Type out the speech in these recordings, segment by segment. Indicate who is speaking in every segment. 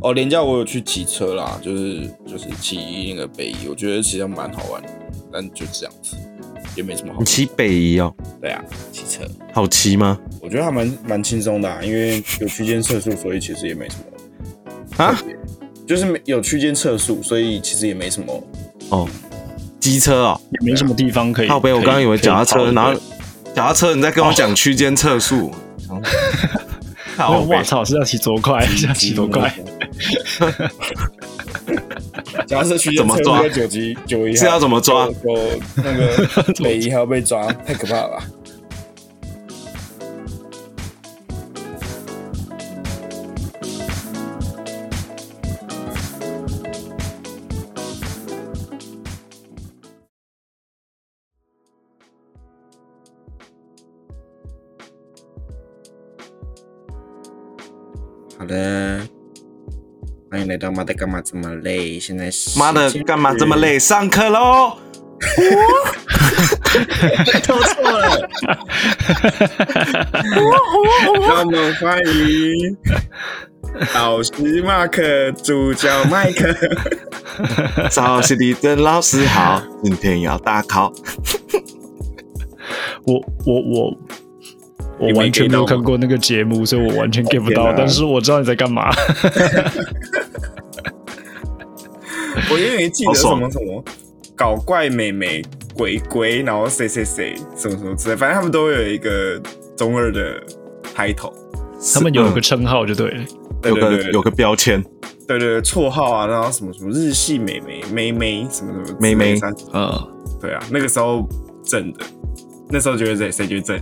Speaker 1: 哦，廉价我有去骑车啦，就是就是骑那个北宜，我觉得其实蛮好玩的，但就这样子，也没什么好
Speaker 2: 你。骑北宜哦，
Speaker 1: 对啊，骑车，
Speaker 2: 好骑吗？
Speaker 1: 我觉得还蛮蛮轻松的、啊，因为有区间测速，所以其实也没什么
Speaker 2: 啊，
Speaker 1: 就是没有区间测速，所以其实也没什 么。
Speaker 2: 哦，机车哦，
Speaker 3: 也没什么地方可以。
Speaker 2: 靠北，我刚刚以为脚踏车，
Speaker 3: 可以
Speaker 2: 然后
Speaker 3: 可以
Speaker 2: 脚踏车你在跟我讲区间测速， 想说
Speaker 3: 跑
Speaker 2: 靠
Speaker 3: 的没有
Speaker 2: 北
Speaker 3: 哇，操，是要骑多快？是要骑多快？？
Speaker 1: 假设区间
Speaker 2: 怎么
Speaker 1: 测
Speaker 2: 抓
Speaker 1: 速在九级九一
Speaker 2: 是啊要怎么抓
Speaker 1: 有那个北宜还要被抓，太可怕了吧！好的，欢迎来到妈的干嘛这么累？现在时间
Speaker 2: 妈的，干嘛这么累？上课喽！
Speaker 1: 是？ 跳错了。让我们欢迎老师马克，主教麦 克。
Speaker 2: 赵是李真老师好，今天要大考，
Speaker 3: 我我我我
Speaker 1: 你没
Speaker 3: 完全没有
Speaker 1: get 到吗
Speaker 3: 看过那个节目，所以我完全 get 不
Speaker 1: 天
Speaker 3: 到
Speaker 1: 哪。
Speaker 3: 但是我知道你在干嘛。
Speaker 1: 我因为记
Speaker 2: 好
Speaker 1: 得什
Speaker 2: 爽
Speaker 1: 么什么搞怪美眉、鬼鬼，然后谁谁谁什么什么之类，反正他们都有一个中二的 title，
Speaker 3: 他们有一个
Speaker 2: 嗯
Speaker 3: 称号就对了，
Speaker 1: 对
Speaker 2: 有
Speaker 1: 对
Speaker 2: 个
Speaker 1: 对，
Speaker 2: 有个标签，
Speaker 1: 对对对绰号啊，然后什么什么日系美眉、妹妹什么什么
Speaker 2: 妹妹
Speaker 1: 之类的，
Speaker 3: 嗯，
Speaker 1: 对啊，那个时候正的，那时候觉得谁谁觉得正，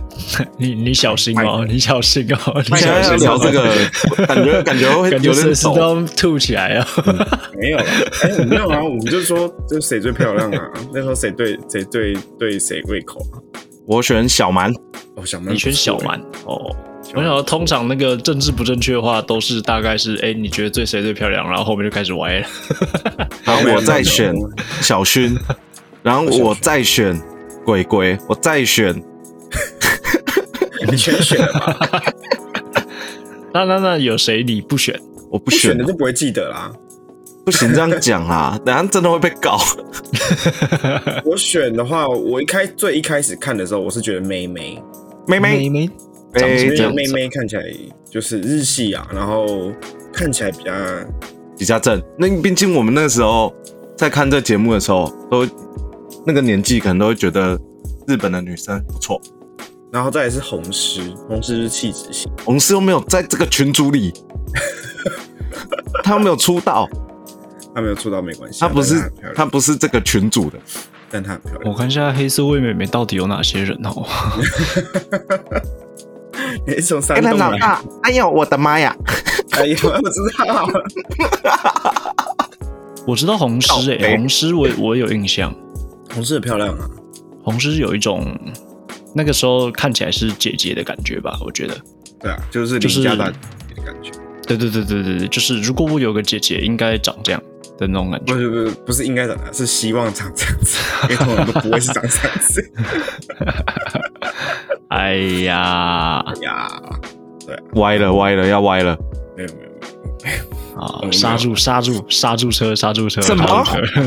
Speaker 3: 你你小心哦，你小心哦，你
Speaker 2: 现
Speaker 3: 小
Speaker 2: 在要
Speaker 3: 心
Speaker 2: 聊
Speaker 3: 哦
Speaker 2: 这个，感觉感觉会
Speaker 3: 感
Speaker 2: 有
Speaker 3: 觉
Speaker 2: 点
Speaker 3: 随时
Speaker 2: 抖
Speaker 3: 都。要吐起来啊！
Speaker 1: 没有啦，哎、我没有啊，我们就说就谁最漂亮啊，那时候谁对谁对对谁胃口啊，
Speaker 2: 我选小蛮，
Speaker 1: 哦小蛮
Speaker 3: 你选小蛮哦。我想说，通常那个政治不正确的话，都是大概是哎、你觉得最谁最漂亮，然后后面就开始歪了。
Speaker 2: 然后
Speaker 1: 没有
Speaker 2: 我再
Speaker 1: 没有
Speaker 2: 选
Speaker 1: 没有
Speaker 2: 小薰，然后我再选鬼鬼，我再选
Speaker 1: 你全选了吧？
Speaker 3: 那那那有谁你不选？
Speaker 2: 我 不
Speaker 1: 不选
Speaker 2: 选
Speaker 1: 的，就不会记得啦。
Speaker 2: 不行这样讲啦， 等下真的会被告。
Speaker 1: 我选的话，我一开最一开始看的时候，我是觉得妹妹，
Speaker 2: 妹妹，
Speaker 3: 没
Speaker 2: 哎
Speaker 3: 长什
Speaker 1: 因
Speaker 2: 这
Speaker 3: 么
Speaker 1: 为
Speaker 3: 样
Speaker 2: 样
Speaker 1: 妹妹看起来就是日系啊，然后看起来比较
Speaker 2: 比较正。那毕竟我们那时候在看这节目的时候，都那个年纪可能都会觉得日本的女生不错。
Speaker 1: 然后再来是红狮，红狮是气质型，
Speaker 2: 红丝又没有在这个群组 里，他又没有出道，
Speaker 1: 她没有出道没关系
Speaker 2: 他
Speaker 1: 啊，
Speaker 2: 不
Speaker 1: 但
Speaker 2: 是
Speaker 1: 她很漂
Speaker 2: 他
Speaker 1: 亮，
Speaker 2: 不是这个群组的。
Speaker 1: 但她很漂亮。
Speaker 3: 我看一下黑社会妹妹到底有哪些人哦。
Speaker 1: 你是从
Speaker 2: 哎，
Speaker 1: 山
Speaker 2: 那
Speaker 1: 东
Speaker 2: 老
Speaker 1: 来？
Speaker 2: 大，哎呦，我的妈呀！
Speaker 1: 哎呀，我知道，
Speaker 3: 我知道红狮诶、
Speaker 2: 靠北
Speaker 3: 红狮我我有印象，
Speaker 1: 红狮很漂亮啊，
Speaker 3: 红狮有一种那个时候看起来是姐姐的感觉吧，我觉得。
Speaker 1: 对啊，就是
Speaker 3: 就
Speaker 1: 邻
Speaker 3: 是
Speaker 1: 家大姐的感觉，
Speaker 3: 对对对对对对，就是如果我有个姐姐，应该长这样的那种感
Speaker 1: 不
Speaker 3: 觉。
Speaker 1: 是不是不是应该长这样，是希望长这样 子，因为通常都不会是长这样子
Speaker 3: 哎呀，啊
Speaker 1: 呀。
Speaker 2: 歪了歪了，要歪了！
Speaker 1: 没有没有没有。哎
Speaker 3: 啊！刹住，刹住，刹住车，刹住车，
Speaker 2: 怎么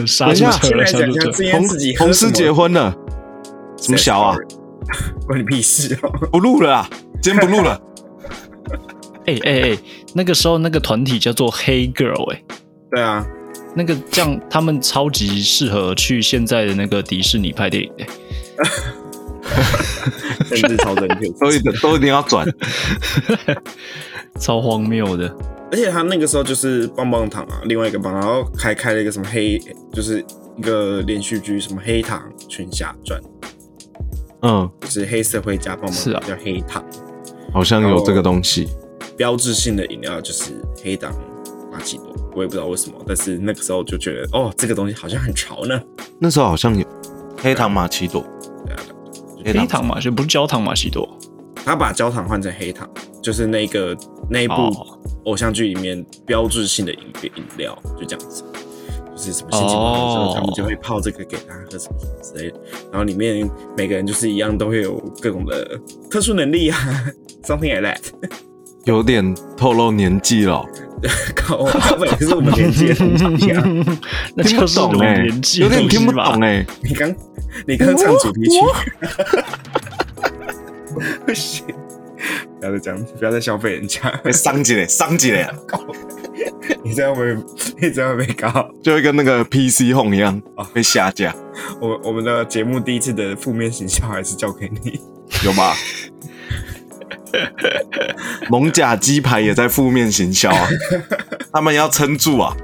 Speaker 3: 刹住车刹
Speaker 2: 等
Speaker 3: 住车
Speaker 1: 先
Speaker 3: 了，
Speaker 1: 来
Speaker 3: 刹
Speaker 1: 讲
Speaker 3: 住
Speaker 1: 一下
Speaker 3: 车
Speaker 1: 之！前
Speaker 2: 红
Speaker 1: 自己喝
Speaker 2: 红
Speaker 1: 什
Speaker 2: 丝
Speaker 1: 么
Speaker 2: 结婚了，什么小啊？？
Speaker 1: 关你屁事哦！
Speaker 2: 不录了啊！今天不录 了。
Speaker 3: 哎哎哎，那个时候那个团体叫做黑 girl 哎、
Speaker 1: 对啊，
Speaker 3: 那个这样他们超级适合去现在的那个迪士尼拍电影哎、
Speaker 1: 政治超正 确，
Speaker 2: 都一定都一定要转，
Speaker 3: 超荒谬的。
Speaker 1: 而且他那个时候就是棒棒糖啊，另外一个棒，然后还开了一个什么黑，就是一个连续剧，什么黑糖群侠传，
Speaker 2: 嗯，
Speaker 1: 就是黑社会加棒棒糖，
Speaker 3: 是啊
Speaker 1: 叫黑糖。
Speaker 2: 好像有这个东西。
Speaker 1: 标志性的饮料就是黑糖玛奇朵，我也不知道为什么，但是那个时候就觉得哦，这个东西好像很潮呢。
Speaker 2: 那时候好像有黑糖玛奇朵，
Speaker 1: 对啊，
Speaker 2: 黑
Speaker 3: 黑
Speaker 2: 糖
Speaker 3: 糖玛奇不是焦糖玛奇朵
Speaker 1: 他把焦糖换成黑糖，就是那个那一部
Speaker 3: 哦
Speaker 1: 偶像剧里面标志性的饮饮料，就这样子，就是什么心情不好的时候，
Speaker 3: 哦
Speaker 1: 他们就会泡这个给大家喝，什么什么之类的。然后里面每个人就是一样，都会有各种的特殊能力啊，something like that。
Speaker 2: 有点透露年纪了哦。
Speaker 1: 靠，他们也是我们年纪的东西啊！
Speaker 3: 那
Speaker 2: 听不
Speaker 3: 就是我
Speaker 2: 懂
Speaker 3: 们
Speaker 2: 哎、
Speaker 3: 年纪的
Speaker 2: 有点
Speaker 3: 东西
Speaker 2: 听不
Speaker 3: 吧
Speaker 2: 懂哎、
Speaker 1: 你刚你刚唱主题曲， 不行，不要再讲，不要再消费人家，
Speaker 2: 欸，桑姐嘞，桑姐嘞，
Speaker 1: 你这样会你这样会被告。
Speaker 2: 就会跟那个 PC Home 一样被下架，
Speaker 1: 我我们的节目第一次的负面形象还是交给你。
Speaker 2: 有 吧？蒙甲鸡排也在负面行销啊，他们要撑住啊！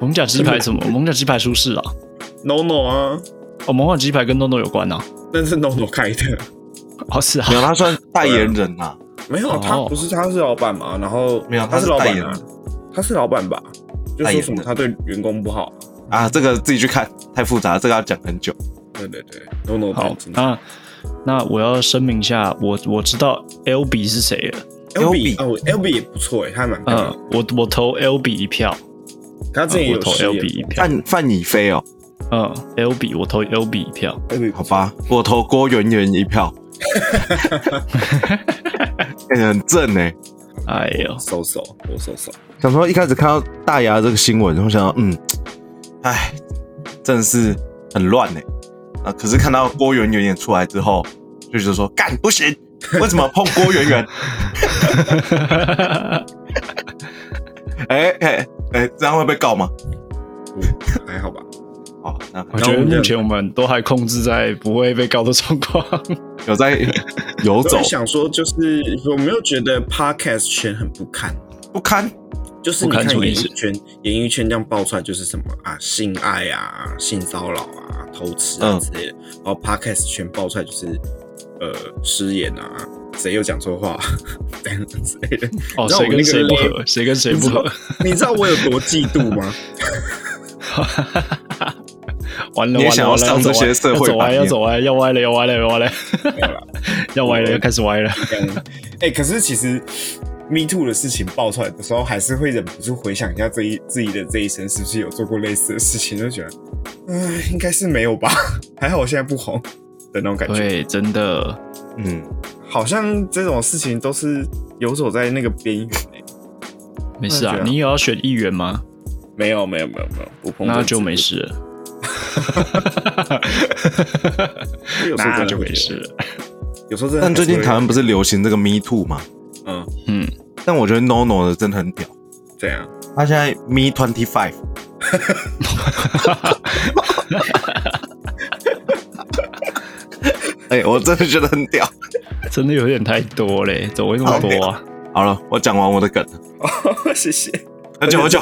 Speaker 3: 蒙甲鸡排什么？蒙甲鸡排出事啊！
Speaker 1: No No 啊，
Speaker 3: 哦，蒙甲鸡排跟诺诺有关啊！
Speaker 1: 那是 No No 开的，
Speaker 3: 哦，是啊
Speaker 2: 没，有，他算代言人啊，
Speaker 1: 没有
Speaker 3: 哦
Speaker 1: 他不是他是老板嘛？然后
Speaker 2: 没有
Speaker 1: 他
Speaker 2: 他
Speaker 1: 是
Speaker 2: 是
Speaker 1: 老
Speaker 2: 代
Speaker 1: 板
Speaker 2: 言
Speaker 1: 啊
Speaker 2: 人，
Speaker 1: 他是老板吧？就
Speaker 2: 代
Speaker 1: 说
Speaker 2: 言
Speaker 1: 什么
Speaker 2: 人
Speaker 1: 他对员工不好，
Speaker 2: 啊，这个自己去看，太复杂，这个要讲很久。
Speaker 1: 对对对，No No
Speaker 3: 好，那那我要声明一下，我我知道 L B 是谁了。
Speaker 1: L B
Speaker 2: LB
Speaker 1: 哦，L B 也不错哎，他还蛮漂亮
Speaker 3: 嗯
Speaker 1: 的。，
Speaker 3: 我我投 L B 一票，
Speaker 1: 他之前也
Speaker 3: 我
Speaker 1: 有
Speaker 3: 投
Speaker 1: 事
Speaker 3: L
Speaker 1: 业
Speaker 3: B 一票。
Speaker 2: 范范以飞哦，
Speaker 3: 嗯，L B 我投 L B 一票。
Speaker 1: ，L B
Speaker 2: 好吧，我投郭圆圆一票，欸、很正哎、
Speaker 3: 哎 呦，
Speaker 1: 收手，我收手。
Speaker 2: 想说一开始看到大牙这个新闻，我想到嗯，哎，真的是很乱哎、啊！可是看到郭圆圆也出来之后，就觉得说干不行，为什么碰郭圆圆？ 哎哎哎，这样会被告吗？
Speaker 1: 嗯还好吧，
Speaker 2: 哦，那
Speaker 3: 我觉得目前我们都还控制在不会被告的状况。
Speaker 2: 有 在游
Speaker 1: 我
Speaker 2: 走
Speaker 1: 在想说，就是有没有觉得 podcast 圈很不堪？
Speaker 2: 不堪，
Speaker 1: 就是你
Speaker 3: 不堪
Speaker 1: 看
Speaker 3: 什么
Speaker 1: 演
Speaker 3: 意
Speaker 1: 艺
Speaker 3: 思
Speaker 1: 圈，演艺圈这样爆出来就是什么啊，性爱啊、性骚扰啊、偷吃啊
Speaker 2: 嗯
Speaker 1: 之类的，然后 podcast 圈爆出来就是呃失言啊，谁又讲错话 这样子之类的。
Speaker 3: 哦，
Speaker 1: 那我
Speaker 3: 谁跟谁
Speaker 1: 那个
Speaker 3: 不合？谁跟谁不合？
Speaker 1: 你知道我有多嫉妒 吗？
Speaker 3: 完了
Speaker 2: 你也
Speaker 3: 完
Speaker 2: 想
Speaker 3: 了
Speaker 2: 要
Speaker 3: 完了，
Speaker 2: 上这些社会
Speaker 3: 要走歪
Speaker 2: 版面
Speaker 3: 要走歪要歪了要歪了要 歪了，
Speaker 1: 没有啦，
Speaker 3: 要歪了要开始歪了。
Speaker 1: 这 样。哎、可是其实 Me Too 的事情爆出来的时候，还是会忍不住回想一下这一自己的这一生是不是有做过类似的事情，就觉得，嗯、应该是没有吧。 还好我现在不红的那种感觉。
Speaker 3: 对，真的，
Speaker 2: 嗯，
Speaker 1: 好像这种事情都是游走在那个边缘、欸。
Speaker 3: 没事
Speaker 1: 我
Speaker 3: 啊
Speaker 1: 也觉。得
Speaker 3: 你也要选议员吗？
Speaker 1: 没有没有没有没有，不碰
Speaker 3: 那就没。事 了。
Speaker 1: 有时候真
Speaker 3: 那
Speaker 1: 的
Speaker 3: 就
Speaker 1: 会
Speaker 3: 没
Speaker 1: 觉得
Speaker 3: 事了。
Speaker 1: 有时候真的还
Speaker 2: 但
Speaker 1: 是会。
Speaker 2: 最近台湾不是流行这个 Me Too 吗？
Speaker 1: 嗯
Speaker 3: 嗯，
Speaker 2: 但我觉得 NONO 的真的很屌，
Speaker 1: 这样，
Speaker 2: 他现在 Me Twenty Five，哎，我真的觉得很屌。
Speaker 3: 真的有点太多嘞，怎么会那么多啊？
Speaker 2: 好了，我讲完我的梗了，
Speaker 1: 哦，谢谢，
Speaker 2: 喝酒喝酒，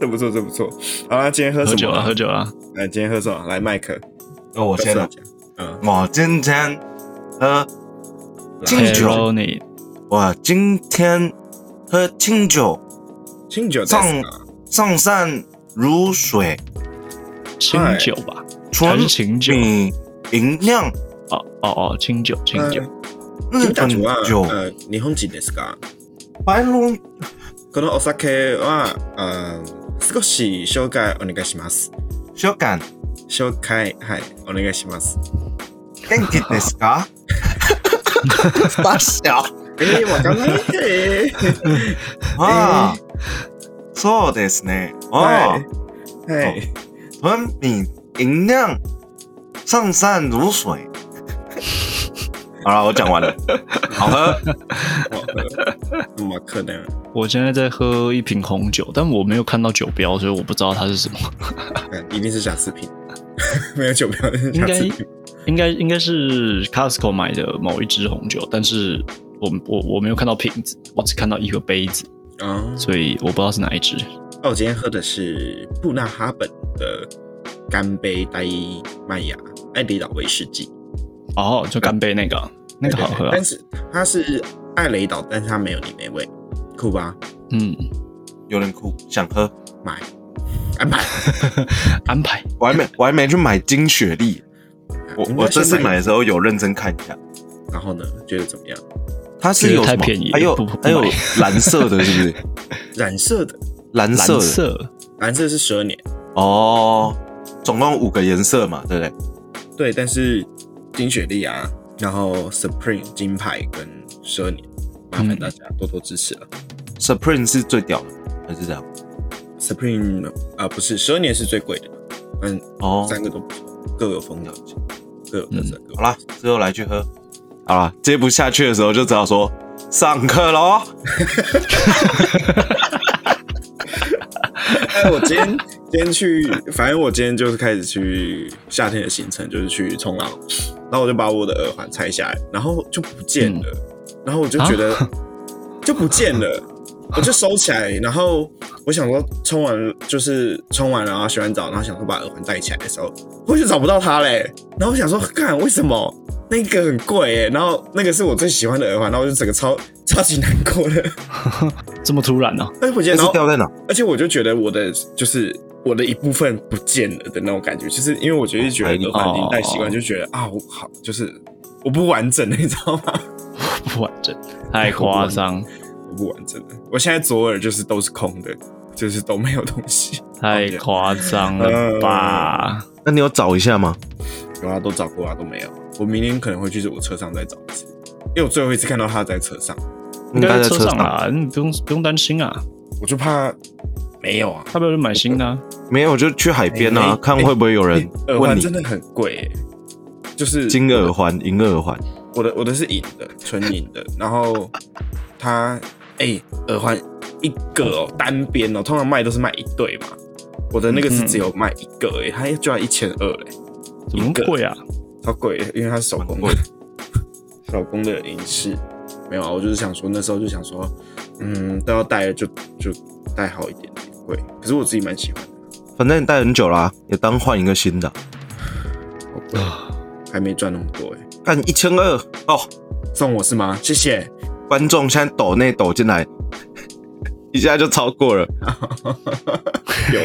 Speaker 1: 这不错这不错。好啦，今天喝
Speaker 3: 喝
Speaker 1: 什
Speaker 3: 酒
Speaker 1: 么
Speaker 3: 啊，喝
Speaker 1: 啊？
Speaker 3: 酒啊！
Speaker 1: 来，今天喝什么？来，麦克，
Speaker 2: 那哦我
Speaker 1: 我
Speaker 2: 先了。
Speaker 1: 嗯，
Speaker 2: 我今天呃喝清
Speaker 1: 敬
Speaker 2: 酒，
Speaker 3: Hello，你
Speaker 2: 我今天喝清酒，
Speaker 1: 清酒嗯
Speaker 2: 上
Speaker 1: 上
Speaker 2: 上善如水，
Speaker 3: 清酒吧？还
Speaker 2: 纯
Speaker 3: 是清酒？
Speaker 2: 米银酿
Speaker 3: 哦哦哦，清酒，清酒。
Speaker 2: 日
Speaker 1: 打
Speaker 2: 本
Speaker 1: 球啊，
Speaker 2: 酒，嗯
Speaker 1: 呃，日本人ですか？
Speaker 2: 白龙
Speaker 1: このお酒は、呃、少し紹介お願いします。
Speaker 2: 小感。
Speaker 1: 紹介はいお願いします。
Speaker 2: 元気です か？傻笑
Speaker 1: えー、わかんないって。
Speaker 2: 啊，そうですね。
Speaker 1: は
Speaker 2: 啊，
Speaker 1: い。はい。
Speaker 2: 豚饼银亮，上善如水。 好了，我讲完了， 好喝。
Speaker 1: 好喝，怎么可能？
Speaker 3: 我现在在喝一瓶红酒，但我没有看到酒标，所以我不知道它是什么。
Speaker 1: 嗯一定是瑕疵品，没有酒标的
Speaker 3: 应
Speaker 1: 瑕
Speaker 3: 该
Speaker 1: 疵品。
Speaker 3: 应该应该是 Costco 买的某一支红酒，但是我我我没有看到瓶子，我只看到一个杯子，
Speaker 1: 啊，
Speaker 3: 所以我不知道是哪一支。
Speaker 1: 那我今天喝的是布纳哈本的干杯呆麦芽艾雷岛威士忌，
Speaker 3: 哦，就干杯那个啊，那个好
Speaker 1: 对对对
Speaker 3: 喝啊
Speaker 1: 但。是它是艾雷岛，但是它没有你那味，酷吧？
Speaker 3: 嗯，
Speaker 2: 有点酷，想喝。
Speaker 1: 买，啊买，
Speaker 3: 安排。
Speaker 2: 我还没，我还没去买金雪莉。我
Speaker 1: 应该
Speaker 2: 我这次
Speaker 1: 先
Speaker 2: 买的时候有认真看一下，
Speaker 1: 然后呢，觉得怎么样？
Speaker 2: 它是有
Speaker 3: 觉得太
Speaker 2: 什么
Speaker 3: 便宜了
Speaker 2: 还有
Speaker 3: 不不
Speaker 2: 还有
Speaker 3: 买
Speaker 2: 蓝色的，是不 是？
Speaker 1: 染色的，
Speaker 2: 蓝
Speaker 3: 蓝
Speaker 2: 色的
Speaker 3: 色，
Speaker 1: 蓝色是十二年，
Speaker 2: 哦，总共五个颜色嘛，对不对？
Speaker 1: 对，但是金雪莉啊，
Speaker 2: 嗯
Speaker 1: 然后 Supreme 金牌跟十二年，麻烦大家多多支持了。啊
Speaker 2: Supreme 是最屌的，还是这样？
Speaker 1: Supreme 啊，不是十二年是最贵的，嗯，
Speaker 2: 哦，
Speaker 1: 三个都不错，各有风格，各有特色。各有
Speaker 2: 好啦，之后来去喝。好啦，接不下去的时候就只好说上课喽。
Speaker 1: 哎，我今天 今天去，反正我今天就是开始去夏天的行程，就是去冲浪，然后我就把我的耳环拆下来，然后就不见了，然后我就觉得、 就不见了，我就收起来，然后我想说冲完就是冲完了，然后洗完澡，然后想说把耳环戴起来的时候，我就找不到它嘞，然后我想说，看为什么？那个很贵耶、然后那个是我最喜欢的耳环，然后我就整个超超级难过的，
Speaker 3: 这么突然啊呢、
Speaker 1: 哎，不见，
Speaker 2: 那
Speaker 1: 然
Speaker 2: 是
Speaker 1: 后
Speaker 2: 掉在哪？
Speaker 1: 而且我就觉得我的就是我的一部分不见了的那种感觉，就是因为我觉得觉得耳环已经戴习惯，
Speaker 3: 哦
Speaker 1: 就觉得啊，我好就是我不完整了，你知道吗？
Speaker 3: 不完整，太夸张，
Speaker 1: 我不完整了，我现在左耳就是都是空的，就是都没有东西。
Speaker 3: 太夸张了吧？
Speaker 2: 那你有找一下吗？
Speaker 1: 有啊，都找过啊，都没有。我明天可能会去我车上再找一次，因为我最后一次看到他在车上，
Speaker 2: 应
Speaker 3: 应
Speaker 2: 该
Speaker 3: 该
Speaker 2: 在
Speaker 3: 车
Speaker 2: 上啊
Speaker 3: 上啊啦，你不用不用担心啊，
Speaker 1: 我就怕没有啊。
Speaker 3: 要不要去买新的、啊？
Speaker 2: 没有，就去海边
Speaker 1: 哎
Speaker 2: 啊
Speaker 1: 哎，
Speaker 2: 看会不会有人
Speaker 1: 耳
Speaker 2: 问
Speaker 1: 环
Speaker 2: 你
Speaker 1: 真的很贵、耶，就是
Speaker 2: 金耳环、银耳环。
Speaker 1: 我的我的是银的，纯银的。然后它哎、耳环一个哦，单边哦，通常卖都是卖一对嘛。我的那个是只有卖一个哎、它就要一千二嘞，
Speaker 3: 怎么那么贵 啊？
Speaker 1: 超贵的，因为它是手工的
Speaker 2: 蛮，
Speaker 1: 手工的银饰。没有啊，我就是想说那时候就想说，嗯，都要戴了就就戴好一点，不贵。可是我自己蛮喜欢的，
Speaker 2: 反正你戴很久啦、也当换一个新的。
Speaker 1: 好贵，还没赚那么多哎、
Speaker 2: 干一千二哦，
Speaker 1: 送我是吗？谢谢。
Speaker 2: 观众现在抖内抖进来， 一下就超过了，
Speaker 1: 有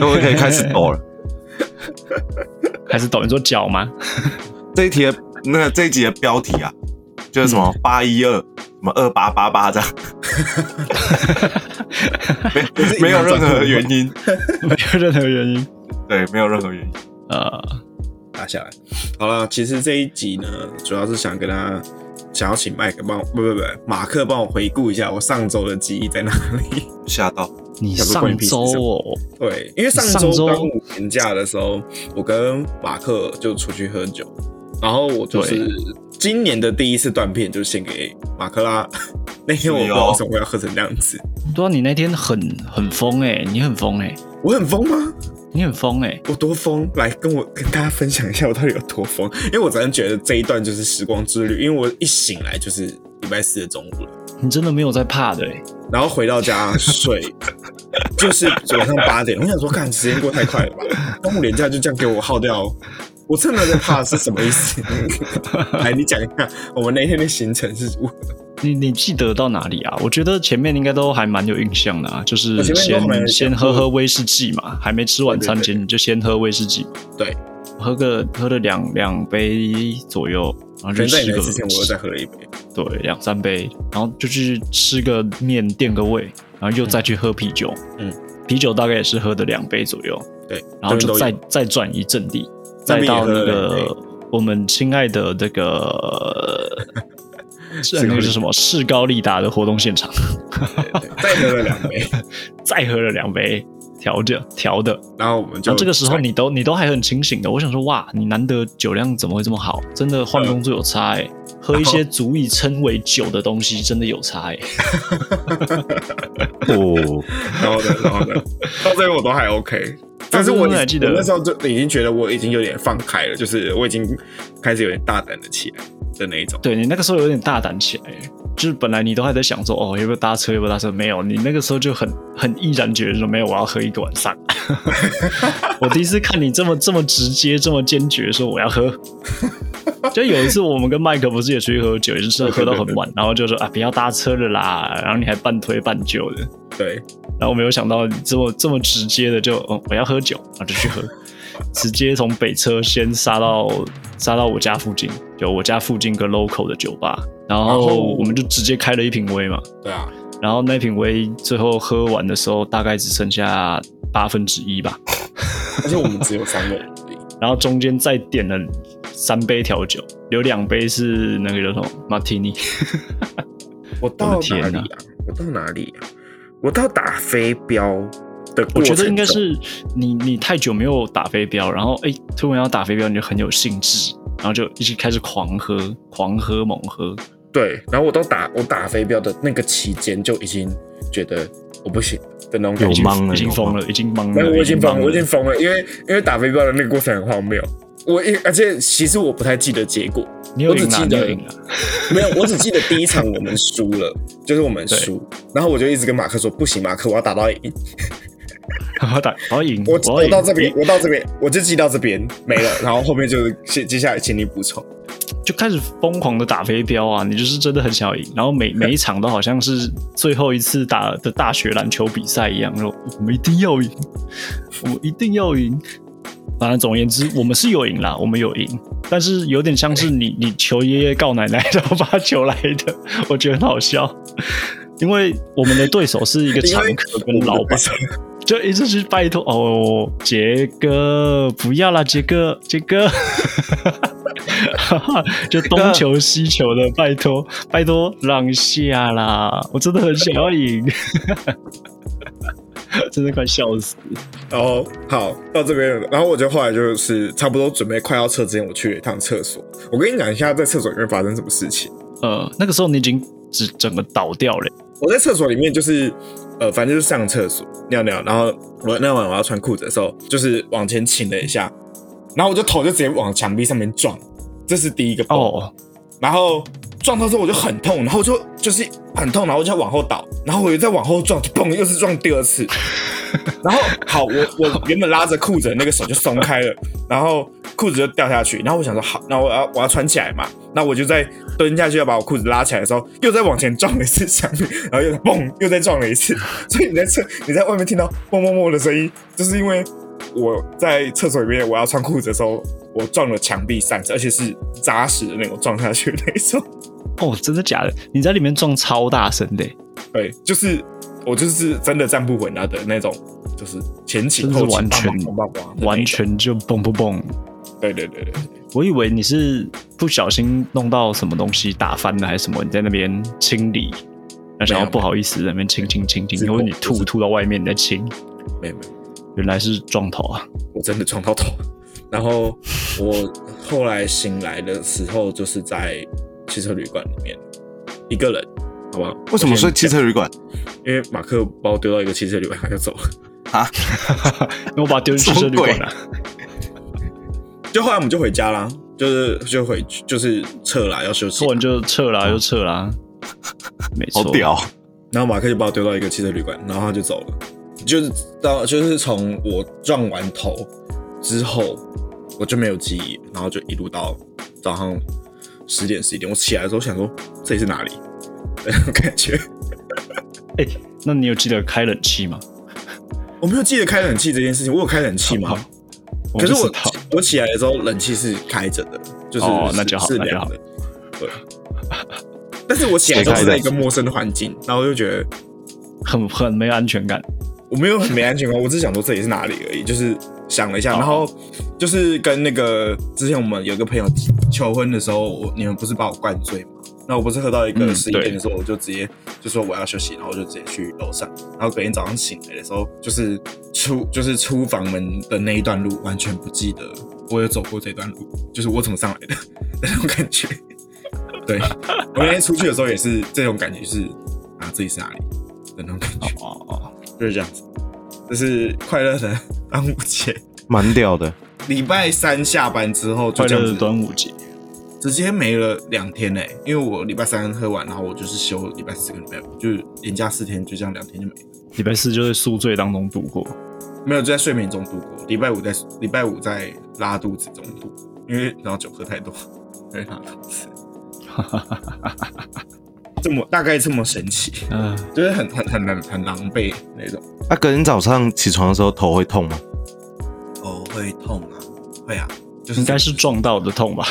Speaker 2: 那我们可以开始抖了。
Speaker 3: 还是抖音做脚吗？
Speaker 2: 这一题的那个这一集的标题啊，就是什么八一二，什么二八八八这 样，没没有任何原因，
Speaker 3: 没有任何原因。
Speaker 2: 对，没有任何原因。
Speaker 3: 呃，
Speaker 1: 打下来。好了，其实这一集呢，主要是想跟大家，想要请麦克帮我，不不不，马克帮我回顾一下我上周的记忆在哪里。
Speaker 2: 吓到，
Speaker 3: 你
Speaker 1: 想说关你
Speaker 3: 上
Speaker 1: 屁事
Speaker 3: 周哦，
Speaker 1: 对，因为上
Speaker 3: 上
Speaker 1: 周
Speaker 3: 周
Speaker 1: 端午年假的时候，我跟马克就出去喝酒，然后我就是
Speaker 3: 对
Speaker 1: 今年的第一次断片，就献给马克啦。 那天我不知道为什么我要喝成那样子，
Speaker 3: 对啊，你那天很很疯哎、你很疯哎、
Speaker 1: 我很疯吗？
Speaker 3: 你很疯哎、
Speaker 1: 我多疯，来跟我跟大家分享一下我到底有多疯，因为我真的觉得这一段就是时光之旅，因为我一醒来就是礼拜四的中午了。
Speaker 3: 你真的没有在怕的哎、
Speaker 1: 然后回到家睡， 就是晚上八点。我想说，看时间过太快了吧，端午连假就这样给我耗掉，我真的在怕是什么意思？ 来，你讲一下我们那天的行程是如何？
Speaker 3: 你你记得到哪里啊？我觉得前面应该都还蛮有印象的啊，就是
Speaker 1: 我前面都还蛮有印
Speaker 3: 先
Speaker 1: 象
Speaker 3: 先喝喝威士忌嘛，还没吃晚餐
Speaker 1: 对对
Speaker 3: 前你就先喝威士忌，
Speaker 1: 对，
Speaker 3: 喝个喝了两两杯左右，然后
Speaker 1: 可
Speaker 3: 就
Speaker 1: 能在
Speaker 3: 吃
Speaker 1: 你来
Speaker 3: 个
Speaker 1: 之前，我又再喝了一杯。
Speaker 3: 对两三杯，然后就去吃个面垫个胃，然后又再去喝啤酒，
Speaker 1: 嗯，
Speaker 3: 啤酒大概也是喝的两杯左右，
Speaker 1: 对，
Speaker 3: 然后
Speaker 1: 这边
Speaker 3: 就
Speaker 1: 都
Speaker 3: 再
Speaker 1: 有
Speaker 3: 再转移阵地，
Speaker 1: 那
Speaker 3: 再
Speaker 1: 边也
Speaker 3: 到
Speaker 1: 喝
Speaker 3: 那
Speaker 1: 了两杯
Speaker 3: 个我们亲爱的那 个。
Speaker 1: 士
Speaker 3: 是那
Speaker 1: 高
Speaker 3: 个
Speaker 1: 利
Speaker 3: 是什么？士高利达的活动现场，
Speaker 1: 对对再喝了两杯，
Speaker 3: 再喝了两杯调的调的，
Speaker 1: 然后我们就
Speaker 3: 然后啊这个时候你都你都还很清醒的，我想说哇，你难得酒量怎么会这么好？真的
Speaker 1: 呃
Speaker 3: 换工作有差哎、喝一些足以称为酒的东西真的有差哎、
Speaker 2: 哦，
Speaker 1: 然后呢，然后呢，到最后我都还 OK。但是我
Speaker 3: 到最后还记得
Speaker 1: 我那时候就已经觉得我已经有点放开了，就是我已经开始有点大胆的起来的那一种。
Speaker 3: 对你那个时候有点大胆起来、就是本来你都还在想说哦，要不要搭车，要不要搭车？没有，你那个时候就很很毅然决然说没有，我要喝一个晚上。我第一次看你这么这么直接、这么坚决说我要喝。就有一次我们跟麦克不是也出去喝酒，也是真的喝到很晚，然后就说啊不要搭车了啦，然后你还半推半就的，
Speaker 1: 对，
Speaker 3: 然后没有想到你这么这么直接的就，哦，我要喝酒，然后就去喝，直接从北车先杀到杀到我家附近，就我家附近一个 local 的酒吧，然
Speaker 1: 然后
Speaker 3: 后我们就直接开了一瓶威嘛，
Speaker 1: 对啊，
Speaker 3: 然后那瓶威最后喝完的时候大概只剩下八分之一吧，
Speaker 1: 而且我们只有三个人而已。
Speaker 3: 然后中间再点了三杯调酒，有两杯是那个叫什么马提尼，
Speaker 1: 我到
Speaker 3: 天
Speaker 1: 哪里
Speaker 3: 哪
Speaker 1: 啊？我到哪里啊？我到打飞镖的
Speaker 3: 我
Speaker 1: 过程
Speaker 3: 觉得应该
Speaker 1: 中
Speaker 3: 是你你太久没有打飞镖，然后哎、突然要打飞镖，你就很有兴致，然后就一直开始狂喝、狂喝、猛喝。
Speaker 1: 对，然后我到打我打飞镖的那个期间就已经觉得我不行的那种感
Speaker 2: 有
Speaker 1: 觉。
Speaker 2: 懵了，
Speaker 3: 已经
Speaker 2: 有
Speaker 3: 疯
Speaker 2: 懵
Speaker 3: 了，已经懵
Speaker 1: 那
Speaker 3: 了，
Speaker 1: 我已经疯，
Speaker 3: 懵
Speaker 1: 我已经疯了，因为因为打飞镖的那个过程很荒谬。我一而且其实我不太记得结果，
Speaker 3: 你有
Speaker 1: 我只
Speaker 3: 赢了，啊
Speaker 1: 记
Speaker 3: 你
Speaker 1: 得
Speaker 3: 有赢了。
Speaker 1: 没有，我只记得第一场我们输了，就是我们输，然后我就一直跟马克说不行，马克我要打到赢，
Speaker 3: 啊 我要打，我要赢，
Speaker 1: 我
Speaker 3: 我要
Speaker 1: 我
Speaker 3: 赢
Speaker 1: 到这边，我到这边，我就记到这边没了，然后后面就是接接下来请你补充，
Speaker 3: 就开始疯狂的打飞镖啊！你就是真的很想要赢，然后每每一场都好像是最后一次打的大学篮球比赛一样，然后我们一定要赢，我们一定要赢。反正总而言之，我们是有赢啦，我们有赢，但是有点像是你 你求爷爷告奶奶，然后发球来的，我觉得很好笑， 因为我们的对手是一个常客跟老板，就一直去拜托哦，杰哥不要啦，杰哥，杰哥， 就东求西求的，拜托，拜托让下啦，我真的很想要赢， 真的快笑死。
Speaker 1: 然后好到这边了，然后我就后来就是差不多准备快要撤之前，我去了一趟厕所，我跟你讲一下在厕所里面发生什么事情。
Speaker 3: 呃，那个时候你已经只整个倒掉了，
Speaker 1: 我在厕所里面就是，呃，反正就是上厕所尿尿，然后我那晚我要穿裤子的时候，就是往前倾了一下，然后我就头就直接往墙壁上面撞，这是第一个爆
Speaker 3: 哦，
Speaker 1: 然后撞到之后我就很痛，然后就就是很痛，然后我就往后倒，然后我又再往后撞，就砰，又是撞第二次。然后好，我我原本拉着裤子的那个手就松开了，然后裤子就掉下去。然后我想说好，那我要我要穿起来嘛，那我就在蹲下去要把我裤子拉起来的时候，又再往前撞了一次墙壁，然后又砰，又再撞了一次。所以你在厕你在外面听到砰砰砰的声音，就是因为我在厕所里面我要穿裤子的时候，我撞了墙壁三次，而且是扎实的那种撞下去的那一种。
Speaker 3: 哦，真的假的？你在里面撞超大声的，
Speaker 1: 对，就是我就是真的站不稳啊的那种，就是前倾
Speaker 3: 真的
Speaker 1: 后
Speaker 3: 是
Speaker 1: 倾，砰
Speaker 3: 完全
Speaker 1: 砰砰砰砰的那一种
Speaker 3: 完全就蹦蹦蹦。
Speaker 1: 对对对对，对
Speaker 3: 我以为你是不小心弄到什么东西打翻了还是什么，你在那边清理，那想要
Speaker 1: 没有
Speaker 3: 不好意思在那边清清清
Speaker 1: 自
Speaker 3: 清，
Speaker 1: 己
Speaker 3: 或者你
Speaker 1: 自
Speaker 3: 吐
Speaker 1: 己
Speaker 3: 吐到外面你在清，
Speaker 1: 没有没有，
Speaker 3: 原来是撞头 啊！
Speaker 1: 我真的撞到头。然后我后来醒来的时候，就是在汽车旅馆里面一个人，好不好？
Speaker 2: 为什么
Speaker 1: 是
Speaker 2: 睡汽？车旅馆？
Speaker 1: 因为马克把我丢到一个汽车旅馆，他就走了。
Speaker 3: 因为我把它丢进汽车旅馆了、
Speaker 1: 就后来我们就回家啦，就是就回就是撤啦，要休息
Speaker 3: 说。完就撤了啊，就撤了啊，没
Speaker 2: 好
Speaker 3: 错，
Speaker 2: 屌！
Speaker 1: 然后马克就把我丢到一个汽车旅馆，然后他就走了。就是到就是从我撞完头之后，我就没有记忆，然后就一路到早上十点十一点，我起来的时候想说这里是哪里， 那种感觉。
Speaker 3: 那你有记得开冷气吗？
Speaker 1: 我没有记得开冷气这件事情，我有开冷气吗
Speaker 3: 好？
Speaker 1: 可是
Speaker 3: 不
Speaker 1: 我
Speaker 3: 知道
Speaker 1: 我起来的时候冷气是开着的，就是
Speaker 3: 哦
Speaker 1: 是
Speaker 3: 那就好
Speaker 1: 是
Speaker 3: 那就
Speaker 1: 凉
Speaker 3: 好
Speaker 1: 的，对。 但是我起来的时候
Speaker 2: 谁开
Speaker 1: 是
Speaker 2: 的
Speaker 1: 在一个陌生的环境，然后我就觉得
Speaker 3: 很很没安全感，
Speaker 1: 我没有很没安全感，我只是想说这里是哪里而已，就是想了一下，然后就是跟那个之前我们有一个朋友求婚的时候，我你们不是把我灌醉吗？那我不是喝到一个
Speaker 3: 嗯
Speaker 1: 十一
Speaker 3: 对
Speaker 1: 点的时候，我就直接就说我要休息，然后我就直接去楼上，然后隔天早上醒来的时候，就是出就是出房门的那一段路，完全不记得我有走过这段路，就是我怎么上来的 那种感觉。对我那天出去的时候也是这种感觉，就是啊自己是哪里的那种感觉。
Speaker 3: 哦哦，
Speaker 1: 就是这样子，这是快乐的 端午节。
Speaker 2: 蛮屌的，
Speaker 1: 礼拜三下班之后就
Speaker 3: 快
Speaker 1: 这
Speaker 3: 乐的
Speaker 1: 样子，
Speaker 3: 端午节，
Speaker 1: 直接没了两天嘞、因为我礼拜三喝完，然后我就是休礼拜四跟礼拜五，就是连假四天，就这样两天就没了。
Speaker 3: 礼拜四就是宿醉当中度过，
Speaker 1: 没有就在睡眠中度过，礼拜五在礼拜五在拉肚子中度过，因为然后酒喝太多，所以拉肚子。这么大概这么神奇，
Speaker 3: 嗯、
Speaker 1: 就是很很很很很狼狈那种。
Speaker 2: 那啊隔天早上起床的时候头会痛吗？
Speaker 1: 哦，会痛啊，会啊，就是
Speaker 3: 应该是撞到的痛吧？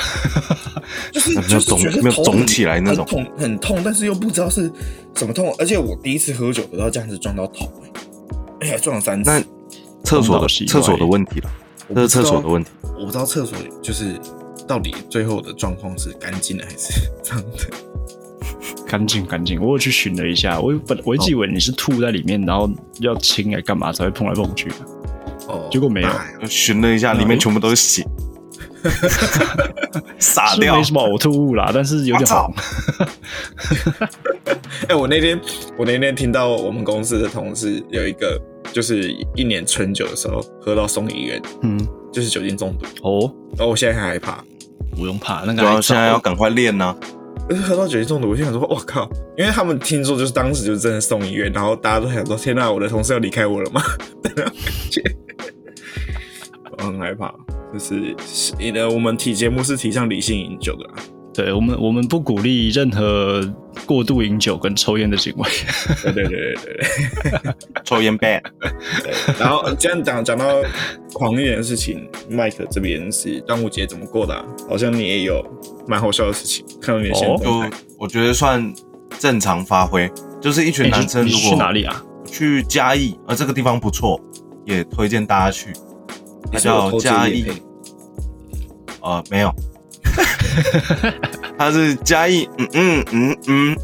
Speaker 1: 就是
Speaker 2: 呃没
Speaker 1: 就
Speaker 2: 有
Speaker 1: 是
Speaker 2: 肿
Speaker 1: 觉得
Speaker 2: 没有
Speaker 1: 头
Speaker 2: 肿
Speaker 1: 很
Speaker 2: 起来那种
Speaker 1: 很痛很痛，但是又不知道是什么痛。而且我第一次喝酒喝到这样子撞到头、欸，而且还撞了三次。
Speaker 2: 那厕所的
Speaker 3: 痛到习
Speaker 2: 厕
Speaker 3: 惯
Speaker 2: 所的问题了，
Speaker 1: 我不
Speaker 2: 这是
Speaker 1: 知道
Speaker 2: 厕所的问题。
Speaker 1: 我不知道厕所 就是到底最后的状况是干净的还是脏的。
Speaker 3: 干净干净。我有去寻了一下，我本我一直以为你是吐在里面，然后要清来干嘛才会碰来碰去的，
Speaker 1: 哦，
Speaker 3: 结果没有，
Speaker 2: 我寻了一下，里面全部都是 血，撒
Speaker 3: 是
Speaker 2: 啊掉
Speaker 3: 没。什么呕吐物啦，但是有
Speaker 2: 我
Speaker 3: 点
Speaker 2: 操
Speaker 3: 红。
Speaker 1: 哎、我那天我那天听到我们公司的同事有一个，就是一年春酒的时候喝到送医院，
Speaker 3: 嗯，
Speaker 1: 就是酒精中毒。
Speaker 3: 哦，
Speaker 1: 然后我现在很害怕，
Speaker 3: 不用怕，那个
Speaker 2: 然
Speaker 3: 还
Speaker 2: 后啊现在要
Speaker 3: 早
Speaker 2: 赶快练啊呢、
Speaker 1: 就是喝到酒精中毒，我就想说，我靠！因为他们听说就是当时就真的送医院，然后大家都想说，天哪、我的同事要离开我了吗？ 啊我很害怕，就是你的我们体节目是提倡理性饮酒的啦，
Speaker 3: 对我们我们不鼓励任何过度饮酒跟抽烟的行为。
Speaker 1: 对对对对对对。
Speaker 2: 抽烟 ban。
Speaker 1: 然后这样讲讲到狂一点的事情，麦克这边是端午节怎么过的、啊？好像你也有蛮好笑的事情，看到你的现
Speaker 2: 就
Speaker 1: 动
Speaker 3: 哦
Speaker 1: 态，
Speaker 2: 我觉得算正常发挥，就是一群
Speaker 3: 哎
Speaker 2: 男
Speaker 3: 你
Speaker 2: 生
Speaker 3: 你
Speaker 2: 如果
Speaker 3: 去哪里啊？
Speaker 2: 去嘉义，啊，这个地方不错，也推荐大家去。它
Speaker 1: 你是有
Speaker 2: 叫
Speaker 1: 偷吃
Speaker 2: 嘉
Speaker 1: 夜
Speaker 2: 义
Speaker 1: 配，
Speaker 2: 呃，没 有，它是嘉义，嗯嗯嗯嗯，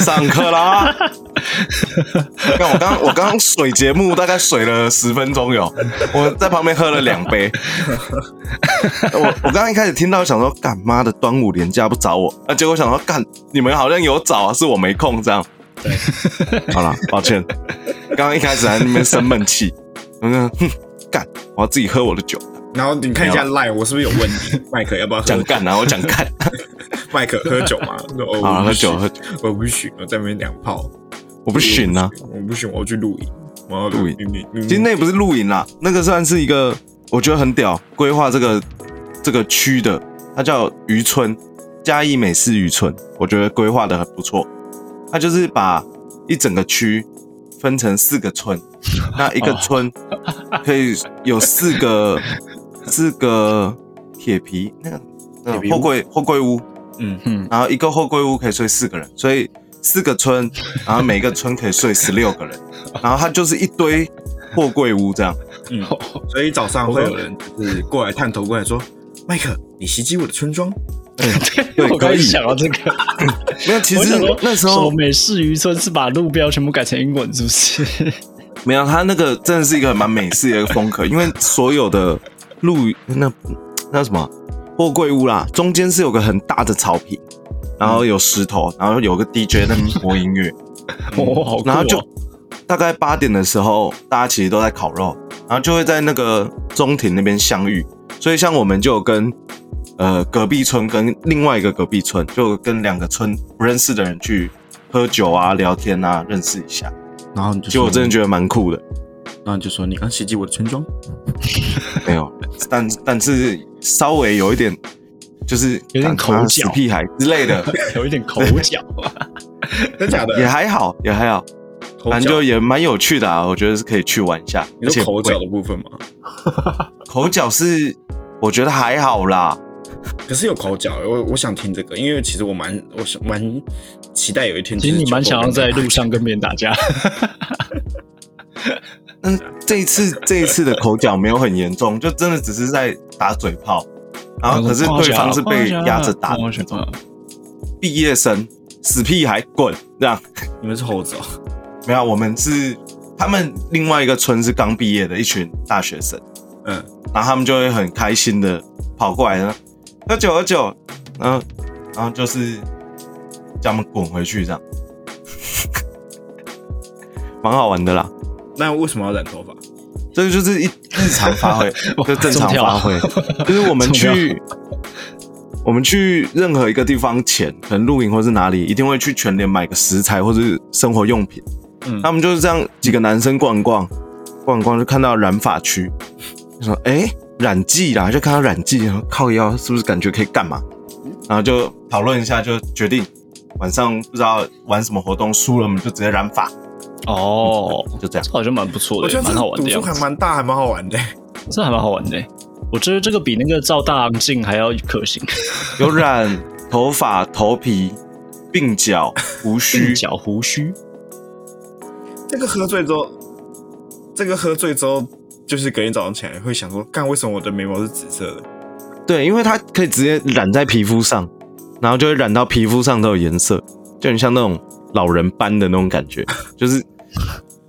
Speaker 2: 上 课啦！看我刚我刚水节目大概水了十分钟有，我在旁边喝了两杯。 我我刚刚一开始听到想说，干妈的端午连假不找我，啊，结果想说干你们好像有找啊，是我没空这样。对，好了，抱歉，刚刚一开始还在那边生闷气，我就哼干，我要自己喝我的酒，
Speaker 1: 然后你看一下赖，我是不是有问你，麦克要不要
Speaker 2: 讲
Speaker 1: 喝？
Speaker 2: 干啊，我讲 干，
Speaker 1: 麦克喝酒吗？我说哦
Speaker 2: 好
Speaker 1: 我
Speaker 2: 了，
Speaker 1: 不
Speaker 2: 喝酒
Speaker 1: 行
Speaker 2: 喝酒，
Speaker 1: 我不行，我在那边两炮，
Speaker 2: 我不行啊。
Speaker 1: 我不行，我要去露营，我要
Speaker 2: 露营
Speaker 1: 营。你你
Speaker 2: 其实那也不是露营啦，那个算是一个我觉得很屌规划这个这个区的，它叫渔村嘉义美式渔村，我觉得规划的很不错。它就是把一整个区分成四个村，那一个村
Speaker 3: 哦
Speaker 2: 可以有四 个四个铁皮那个那
Speaker 1: 铁
Speaker 2: 个
Speaker 1: 皮屋
Speaker 2: 货柜货柜屋，
Speaker 1: 嗯
Speaker 3: 嗯，
Speaker 2: 然后一个货柜屋可以睡四个人，所以四个村，然后每个村可以睡十六个人，然后它就是一堆货柜屋这样。
Speaker 1: 嗯，所以早上会有人就是过来探头过来说，麦克，你袭击我的村庄，
Speaker 2: 对
Speaker 3: 我刚
Speaker 2: 可以
Speaker 3: 想到这个，
Speaker 2: 没有，其
Speaker 3: 我
Speaker 2: 实
Speaker 3: 想说
Speaker 2: 那时
Speaker 3: 什么
Speaker 2: 候
Speaker 3: 美式渔村是把路标全部改成英文，是不是？
Speaker 2: 没有，它那个真的是一个蛮美式的一个风格，因为所有的路那那什么货柜屋啦，中间是有个很大的草坪，然后有石头，然后有个 DJ 在那边播音乐。
Speaker 3: 哦，好
Speaker 2: 嗯
Speaker 3: 酷
Speaker 2: 然后
Speaker 3: 哦！
Speaker 2: 就大概八点的时候，大家其实都在烤肉，然后就会在那个中庭那边相遇。所以像我们就有跟呃隔壁村跟另外一个隔壁村，就跟两个村不认识的人去喝酒啊、聊天啊，认识一下。
Speaker 1: 然后你就
Speaker 2: 其实我真的觉得蛮酷的，
Speaker 1: 得，然后你就说你刚袭击我的村 庄，
Speaker 2: 没有，但但是稍微有一点就是
Speaker 3: 有点口
Speaker 2: 啊
Speaker 3: 角
Speaker 2: 死屁孩之类 的，
Speaker 3: 有一点口 角啊，
Speaker 1: 真假的
Speaker 2: 也？还好，也还好，
Speaker 1: 口
Speaker 2: 反正
Speaker 1: 角
Speaker 2: 就也蛮有趣的啊，我觉得是可以去玩一下，
Speaker 1: 你
Speaker 2: 而且
Speaker 1: 说口
Speaker 2: 不贵
Speaker 1: 角的部分吗？
Speaker 2: 口角是我觉得还好啦，
Speaker 1: 可是有口角，我我想听这个，因为其实我蛮我想蛮期待有一天，
Speaker 3: 其实你蛮想要在路上跟别人打架，
Speaker 2: 嗯，这一次这一次的口角没有很严重，就真的只是在打嘴炮，然后可是对方是被
Speaker 1: 啊
Speaker 2: 压着打的
Speaker 3: 我
Speaker 2: 那
Speaker 3: 想
Speaker 2: 种，毕业生死屁孩滚这样，
Speaker 1: 你们是猴子哦，
Speaker 2: 没有，我们是他们另外一个村是刚毕业的一群大学生，
Speaker 1: 嗯，
Speaker 2: 然后他们就会很开心的跑过来呢，喝酒喝酒，然后然后就是叫他们滚回去这样， 蛮好玩的啦。
Speaker 1: 那为什么要染头发？
Speaker 2: 这个就是一日常发挥，就正常发挥，就是我们去我们去任何一个地方前，可能露营或是哪里，一定会去全联买个食材或是生活用品。
Speaker 1: 嗯
Speaker 2: 他们就是这样，几个男生逛一逛，逛一逛就看到染发区，就说：“哎、染剂啦！”就看到染剂，然后靠腰是不是感觉可以干嘛？然后就讨论一下，就决定晚上不知道玩什么活动，输了我们就直接染发，
Speaker 3: 哦，
Speaker 2: 就这样。
Speaker 3: 这好像蛮不错
Speaker 1: 我觉得
Speaker 3: 的，
Speaker 1: 这
Speaker 3: 蛮好玩
Speaker 1: 赌
Speaker 3: 的
Speaker 1: 注
Speaker 3: 样
Speaker 1: 还
Speaker 3: 子，
Speaker 1: 蛮大，还蛮好玩的。
Speaker 3: 这还蛮好玩的。我觉得这个比那个照大昂镜还要 可行，
Speaker 2: 有染头发、头皮、鬓角、胡须
Speaker 3: 鬓，角胡须，
Speaker 1: 这个喝醉之后，这个喝醉之后，就是隔天早上起来会想说，干为什么我的眉毛是紫色的？
Speaker 2: 对，因为它可以直接染在皮肤上，然后就会染到皮肤上都有颜色，就很像那种老人斑的那种感 觉，就是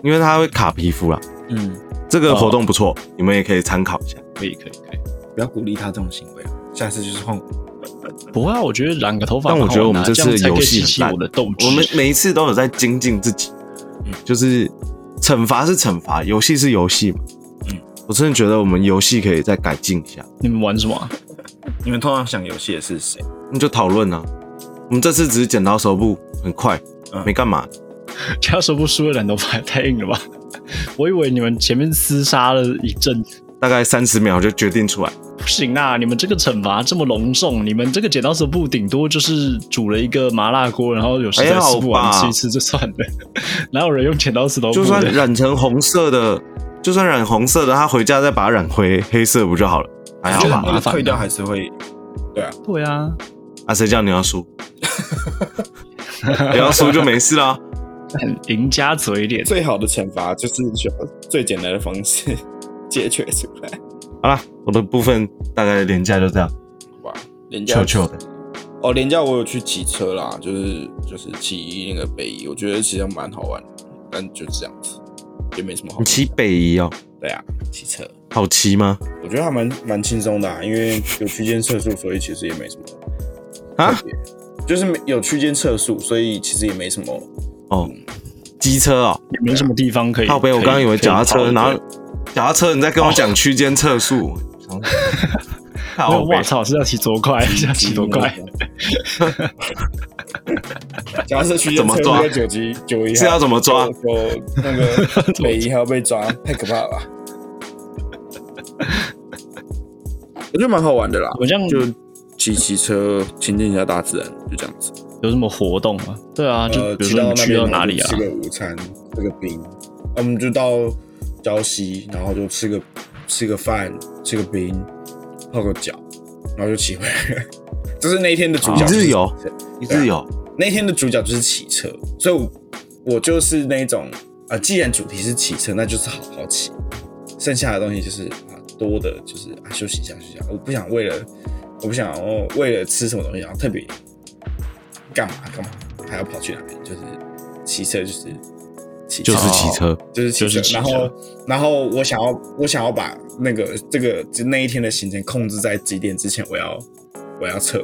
Speaker 2: 因为它会卡皮肤啦。
Speaker 3: 嗯，
Speaker 2: 这个活动不错，你们也可以参考一下。
Speaker 3: 可以可以可以，
Speaker 1: 不要鼓励他这种行为，下次就是换。
Speaker 3: 不会啊，我觉得染个头发
Speaker 2: 但
Speaker 3: 很好
Speaker 2: 我
Speaker 3: 玩啊，
Speaker 2: 觉得我们这
Speaker 3: 这
Speaker 2: 次的
Speaker 3: 样才可
Speaker 2: 游
Speaker 3: 以
Speaker 2: 戏
Speaker 3: 激
Speaker 2: 很
Speaker 3: 起
Speaker 2: 烂
Speaker 3: 我的斗志。
Speaker 2: 我们每一次都有在精进自己，
Speaker 3: 嗯
Speaker 2: 就是惩罚是惩罚，游戏是游戏嘛。
Speaker 1: 嗯
Speaker 2: 我真的觉得我们游戏可以再改进一下，
Speaker 3: 你们玩什么啊？
Speaker 1: 你们通常想游戏的是谁？
Speaker 2: 那就讨论啊。我们这次只是剪刀手部，很快，
Speaker 1: 嗯
Speaker 2: 没干嘛。
Speaker 3: 家手不输的染头发也太硬了吧？ 我以为你们前面厮杀了一阵子，
Speaker 2: 大概三十秒就决定出来。
Speaker 3: 不行啊！你们这个惩罚这么隆重，你们这个剪刀石头布顶多就是煮了一个麻辣锅，然后有时
Speaker 2: 还
Speaker 3: 在
Speaker 2: 好
Speaker 3: 吃不完
Speaker 2: 吧
Speaker 3: 吃一吃就算了， 哪有人用剪刀石头布
Speaker 2: 就算
Speaker 3: 的？
Speaker 2: 染成红色的，就算染红色的，他回家再把它染灰黑色不就好了？还好
Speaker 1: 就
Speaker 2: 吧？
Speaker 1: 那个退掉还是会，对啊，
Speaker 3: 对啊，
Speaker 2: 啊，谁叫你要 输？你要输就没事啦。
Speaker 3: 很嗯赢家嘴脸。
Speaker 1: 最好的惩罚就是选最简单的方式 解决出来，
Speaker 2: 好啦，我的部分大概廉价就这样，
Speaker 1: 好吧？廉价
Speaker 2: 球球的。
Speaker 1: 哦，廉价我有去骑车啦，就是就是骑那个北移，我觉得其实蛮好玩的，但就这样子，也没什么好
Speaker 2: 你。骑北移哦，
Speaker 1: 对啊，骑车，
Speaker 2: 好骑吗？
Speaker 1: 我觉得还蛮蛮轻松的、啊，因为有区间测速，所以其实也没什么
Speaker 2: 啊
Speaker 1: 特别，就是没有区间测速，所以其实也没什么。
Speaker 2: 哦，机车哦，
Speaker 3: 也没什么地方可以。
Speaker 2: 靠北，我
Speaker 3: 可
Speaker 2: 刚刚以为
Speaker 3: 可
Speaker 2: 脚踏车，
Speaker 3: 跑
Speaker 2: 然后脚踏车你在跟我讲区间测速，想说
Speaker 3: 没有
Speaker 2: 靠
Speaker 3: 我
Speaker 2: 北，
Speaker 3: 操，是要骑多
Speaker 2: 哎
Speaker 3: 快？ 是要骑多
Speaker 2: 嗯
Speaker 3: 快？
Speaker 1: 假 设区
Speaker 2: 怎
Speaker 1: 间
Speaker 2: 么
Speaker 1: 测
Speaker 2: 抓
Speaker 1: 速在九级九一，
Speaker 2: 是要怎么抓
Speaker 1: 就就那个北移还要被抓，太可怕了吧！我觉得蛮好玩的啦，
Speaker 3: 我这样
Speaker 1: 就骑骑车亲近一下大自然，就这样子。
Speaker 3: 有什么活动吗？对啊，就
Speaker 1: 呃，
Speaker 3: 比如
Speaker 1: 骑
Speaker 3: 说
Speaker 1: 到
Speaker 3: 你们
Speaker 1: 那
Speaker 3: 去
Speaker 1: 边
Speaker 3: 到哪里啊
Speaker 1: 吃？个午餐，吃个冰，我们就到礁溪，然后就吃个吃个饭，吃个冰，泡个脚，然后就骑回来了。 就是那一天的
Speaker 3: 啊
Speaker 1: 主角就
Speaker 2: 一
Speaker 1: 是
Speaker 2: 日
Speaker 1: 骑车、
Speaker 2: 游一日游，
Speaker 1: 那天的主角就是骑车，所以我我就是那种啊，既然主题是骑车，那就是好好骑，剩下的东西就是啊多的，就是啊休息一下，休息一下。我不想为了我不想哦为了吃什么东西，然后特别干嘛干嘛，还要跑去哪里？就是骑车，就是骑
Speaker 2: 就是骑车，
Speaker 1: 就是骑
Speaker 3: 就
Speaker 1: 车。
Speaker 3: 是骑车
Speaker 1: 然后，然后我想要，我想要把那个这个那一天的行程控制在几点之前，我要我要撤，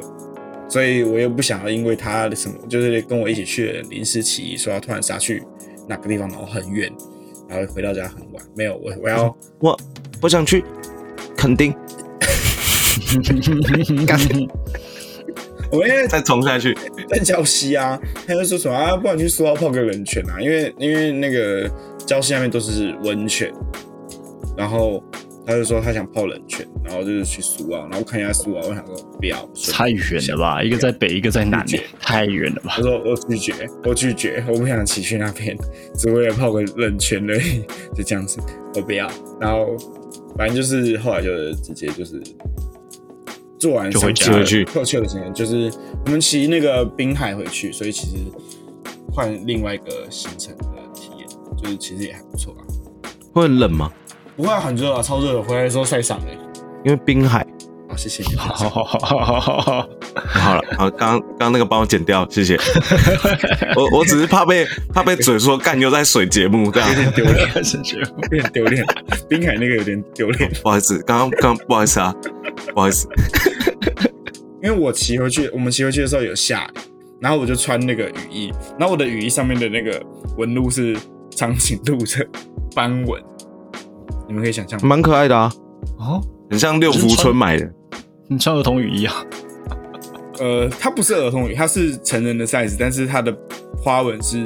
Speaker 1: 所以我又不想要因为他什么，就是跟我一起去的人临时起意，说要突然杀去哪个地方，然后很远，然后回到家很晚。没有，我我要
Speaker 2: 我我想去垦丁，
Speaker 1: 我因为
Speaker 2: 再冲下去。
Speaker 1: 在礁溪啊，他就说什么啊，不然去苏澳泡个冷泉啊，因为因为那个礁溪那边都是温泉，然后他就说他想泡冷泉，然后就是去苏澳，然后看一下苏澳，我想说不要，
Speaker 3: 太远了吧？一个在北，一个在南
Speaker 1: 理解，
Speaker 3: 太远 了吧
Speaker 1: 我？说我拒绝，我拒绝，我不想骑去那边，只为了泡个冷泉而已，就这样子，我不要。然后反正就是后来就是直接就是做完
Speaker 3: 就
Speaker 1: 上
Speaker 3: 回家
Speaker 1: 课
Speaker 2: 了去
Speaker 1: 特秀的行程，就是我们骑那个滨海回去，所以其实换另外一个行程的体验，就是其实也还不错吧。
Speaker 2: 会很冷吗？
Speaker 1: 不会啊很热啊，超热的，回来的时候晒伤哎。
Speaker 2: 因为滨海。
Speaker 1: 好，谢谢你。
Speaker 3: 好好好好好好，
Speaker 2: 好 了，好，刚刚刚那个帮我剪掉， 谢谢。我我只是怕被怕被嘴说干又在水节目这样，
Speaker 1: 丢脸，
Speaker 3: 谢谢。
Speaker 1: 有点丢脸。滨海那个有点丢脸。
Speaker 2: 不好意思，刚刚刚不好意思啊，不好意思，
Speaker 1: 因为我骑回去，我们骑回去的时候有下雨，然后我就穿那个雨衣，然后我的雨衣上面的那个纹路是长颈鹿的斑纹，你们可以想象吗？
Speaker 2: 蛮可爱的啊，
Speaker 3: 哦，
Speaker 2: 很像六福村买的，
Speaker 3: 你穿儿童雨衣啊？
Speaker 1: 呃，它不是儿童雨，它是成人的 size，但是它的花纹是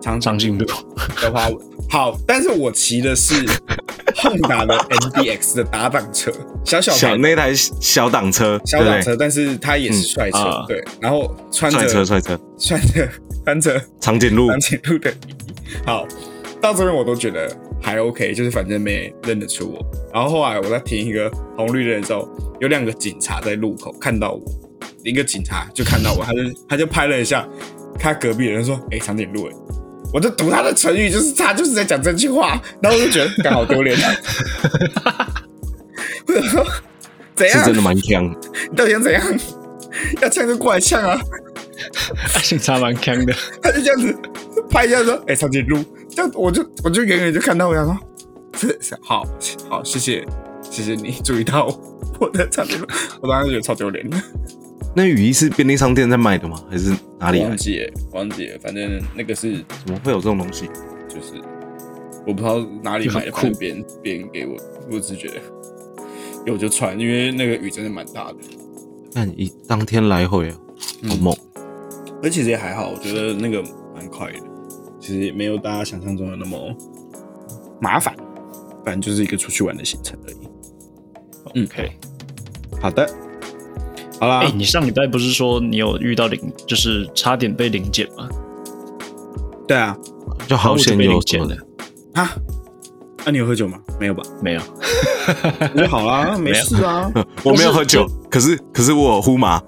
Speaker 1: 长
Speaker 3: 长颈 鹿，
Speaker 1: 的花纹。好，但是我骑的是 Honda 的 MDX 的打档车，小小
Speaker 2: 小
Speaker 1: 台
Speaker 2: 那台小挡车，
Speaker 1: 小
Speaker 2: 对
Speaker 1: 挡
Speaker 2: 不对
Speaker 1: 车，但是它也是帅车，
Speaker 3: 嗯啊
Speaker 1: 对，然后穿
Speaker 2: 帅
Speaker 1: 着
Speaker 2: 车帅车，
Speaker 1: 穿着穿着
Speaker 2: 长颈鹿
Speaker 1: 长颈鹿的雨衣。好，到这边我都觉得还 OK，就是反正没人认得出我。然后后来我在停一个红绿灯的时候，有两个警察在路口看到我，一个警察就看到我，他就他就拍了一下，他隔壁的人说：“哎、长颈鹿。”哎，我就读他的成语，就是他就是在讲这句话，然后我就觉得刚好丢脸。啊 我想说怎样
Speaker 2: 是？真的蛮强，啊
Speaker 1: 你到底想怎样？要呛就过来呛啊！
Speaker 3: 警察蛮坑的，
Speaker 1: 他就这样子 拍一下说：“哎、欸，长颈鹿。”这样我就我就远远就看到，我想说：“ 是是好好，谢谢谢谢你注意到我 我的长颈鹿。”我当时觉得超丢脸的，
Speaker 2: 那雨衣是便利商店在卖的吗？还是哪里来
Speaker 1: 王
Speaker 2: 的？
Speaker 1: 姐王姐，反正那个是
Speaker 2: 怎么会有这种东西？
Speaker 1: 就是我不知道哪里买的，
Speaker 3: 就很酷
Speaker 1: 反正别人别人给我，我只是觉得有就穿，因为那个雨真的蛮大的。
Speaker 2: 看一当天来回啊，
Speaker 3: 嗯
Speaker 2: 好猛！
Speaker 1: 而其实也还好，我觉得那个蛮快的，其实也没有大家想象中的那么麻烦，反正就是一个出去玩的行程而已。嗯
Speaker 3: OK，
Speaker 1: 好的，好啦，
Speaker 3: 哎、你上礼拜不是说你有遇到零，就是差点被零检吗？
Speaker 1: 对啊，
Speaker 2: 就好险有什么的，
Speaker 1: 啊，那、你有喝酒吗？没有 吧？
Speaker 3: 没有，
Speaker 1: 那就好啦，没事啊。
Speaker 2: 我没有喝酒，可是可是我有呼麻，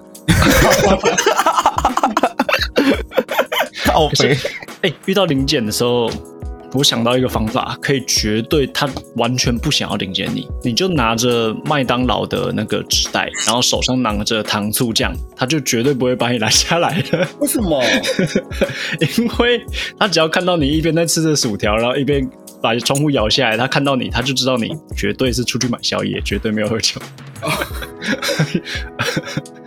Speaker 2: 靠北
Speaker 3: 哎、遇到零检的时候，我想到一个方法，可以绝对他完全不想要零检你，你就拿着麦当劳的那个纸袋，然后手上拿着糖醋酱，他就绝对不会把你拦下来的，
Speaker 1: 为什么？
Speaker 3: 因为他只要看到你一边在吃着薯条，然后一边。把窗户摇下来，他看到你，他就知道你绝对是出去买宵夜，绝对没有喝酒。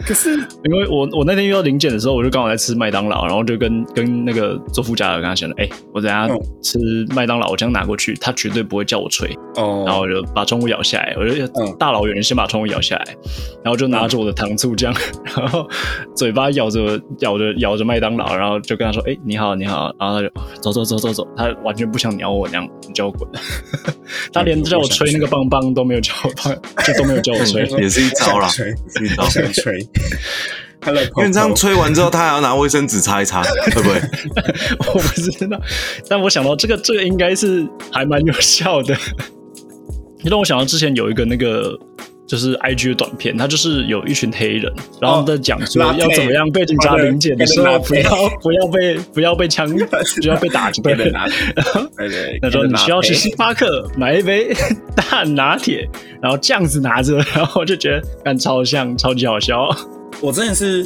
Speaker 1: 可是
Speaker 3: 因为我我那天遇到零检的时候，我就刚好在吃麦当劳，然后就跟跟那个做副驾的跟他讲了，哎、我等下
Speaker 1: 嗯
Speaker 3: 吃麦当劳，我这样拿过去，他绝对不会叫我吹，然后
Speaker 1: 哦，嗯
Speaker 3: 我就把窗户摇下来，我就大老远地先把窗户摇下来，然后就拿着我的糖醋酱， 然后嘴巴咬着咬着咬着麦当劳，然后就跟他说，哎、你好你好，然后他就走走走走走，他完全不想鸟我那样，你叫我滚， 他连叫我吹那个棒棒都没有叫我棒，就都没有叫 我吹。
Speaker 2: 也是一招啦，
Speaker 1: 吹
Speaker 2: 也是一招
Speaker 1: 好。想吹。Hello，
Speaker 2: 因为你这样吹完之后，他还要拿卫生纸擦一擦，会不会？
Speaker 3: 我不知道，但我想到这个，这个应该是还蛮有效的。你让我想到之前有一个那个就是 I G 的短片，它就是有一群黑人，然后他们在讲说
Speaker 1: 哦，latte
Speaker 3: 要怎么样被警察临检的时候，
Speaker 1: latte
Speaker 3: 不要不要被不要被枪，不要被打就对
Speaker 1: 对的
Speaker 3: 了。
Speaker 1: 拿，对对，
Speaker 3: 他说你需要去星巴克买一杯大拿铁，然后这样子拿着，然后我就觉得干超像，超级好笑。
Speaker 1: 我真的是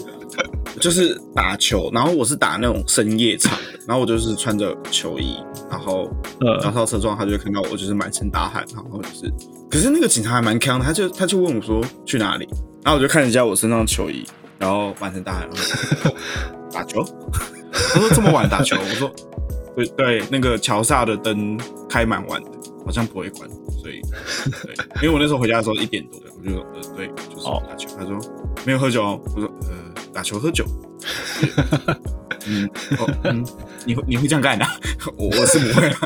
Speaker 1: 就是打球，然后我是打那种深夜场的，然后我就是穿着球衣，然后然
Speaker 3: 呃，
Speaker 1: 后到车窗，他就会看到我就是满身大汗，然后就是，可是那个警察还蛮强的，他就他就问我说去哪里，然后我就看了一下我身上的球衣，然后满身大汗，然后说 打球，他说这么晚打球，我说 对对，那个桥下的灯开蛮晚的，好像不会关，所以对，因为我那时候回家的时候一点多，我就说呃对，就是
Speaker 3: 哦
Speaker 1: 打球，他说没有喝酒哦，我说呃打球 喝酒。嗯，哦，嗯，你会你会这样干的、 我我是不会啊。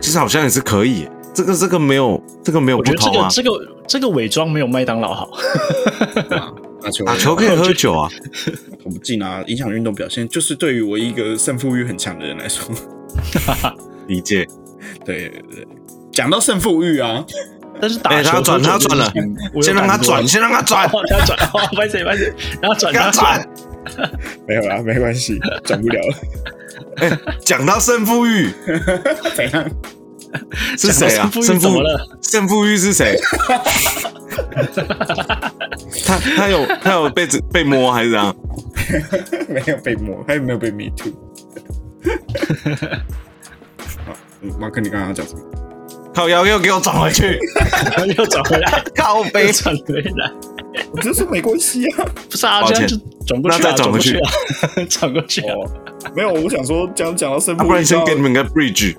Speaker 2: 其实好像也是可以，这个这个没有这个没有
Speaker 3: 我
Speaker 2: 不
Speaker 3: 觉得这
Speaker 2: 同
Speaker 3: 个
Speaker 2: 啊。
Speaker 3: 这个这个伪装没有麦当劳好。
Speaker 1: 打球
Speaker 2: 打球可以喝酒啊，
Speaker 1: 投不进啊，影响运动表现，就是对于我一个胜负欲很强的人来说，
Speaker 2: 理解。
Speaker 1: 对对对。讲到胜负欲啊，
Speaker 3: 但是打
Speaker 2: 哎
Speaker 3: 球
Speaker 2: 他转
Speaker 3: 喝酒
Speaker 2: 他转
Speaker 3: 这件
Speaker 2: 了
Speaker 3: 事情，我有
Speaker 2: 先让他
Speaker 3: 感过
Speaker 2: 转，先让他转，
Speaker 3: 哦，他转，哦，拍谁拍谁，然后转，
Speaker 2: 给他
Speaker 3: 他
Speaker 2: 转。。
Speaker 1: 没有啦，没关 系，转不了了。
Speaker 2: 哎，讲到胜负欲
Speaker 1: 怎样？
Speaker 2: 是谁啊
Speaker 3: 讲？ 到胜负欲
Speaker 2: 胜
Speaker 3: 怎
Speaker 2: 负
Speaker 3: 么了
Speaker 2: 胜负欲是谁？他他有他有被被摸还是怎样？
Speaker 1: 没有被摸，还有没有被 me too？好，嗯马克，你刚刚要讲什么？
Speaker 2: 靠腰又给我转回去，
Speaker 3: 又转回来，
Speaker 2: 靠
Speaker 3: 又
Speaker 2: 背。
Speaker 3: 转回来，
Speaker 1: 我就说没关系啊。
Speaker 3: 不是啊，
Speaker 2: 抱
Speaker 3: 这
Speaker 2: 歉
Speaker 3: 样就转过
Speaker 2: 那
Speaker 3: 去啊，
Speaker 2: 再转回去
Speaker 3: 去啊， 转过去啊，
Speaker 1: 哦，没有，我想说讲讲到胜
Speaker 2: 啊、
Speaker 1: 负
Speaker 2: 不然
Speaker 1: 欲
Speaker 2: 先
Speaker 1: 到，
Speaker 2: 给你们个 bridge。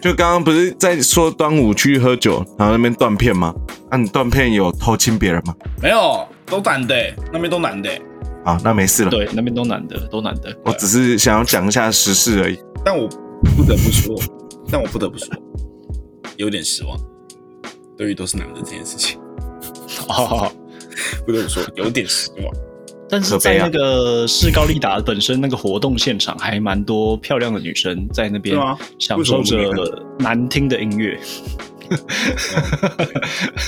Speaker 2: 就刚刚不是在说端午去喝酒，然后那边断片吗？那、你断片有偷亲别人吗？
Speaker 1: 没有，都男的欸，那边都男的欸。
Speaker 2: 啊，那没事了。
Speaker 3: 对，那边都男的，都男的，
Speaker 2: 我只是想要讲一下时事而已。
Speaker 1: 但我不得不说，但我不得不说，有点失望。对于都是男的这件事情，
Speaker 3: 哦。
Speaker 1: 不得不说有点失 望。
Speaker 3: 但是在
Speaker 2: 啊
Speaker 3: 那个士高利达本身那个活动现场，还蛮多漂亮的女生在那边
Speaker 1: 对啊
Speaker 3: 享受着
Speaker 1: 为什么
Speaker 3: 难听的音乐。
Speaker 1: 嗯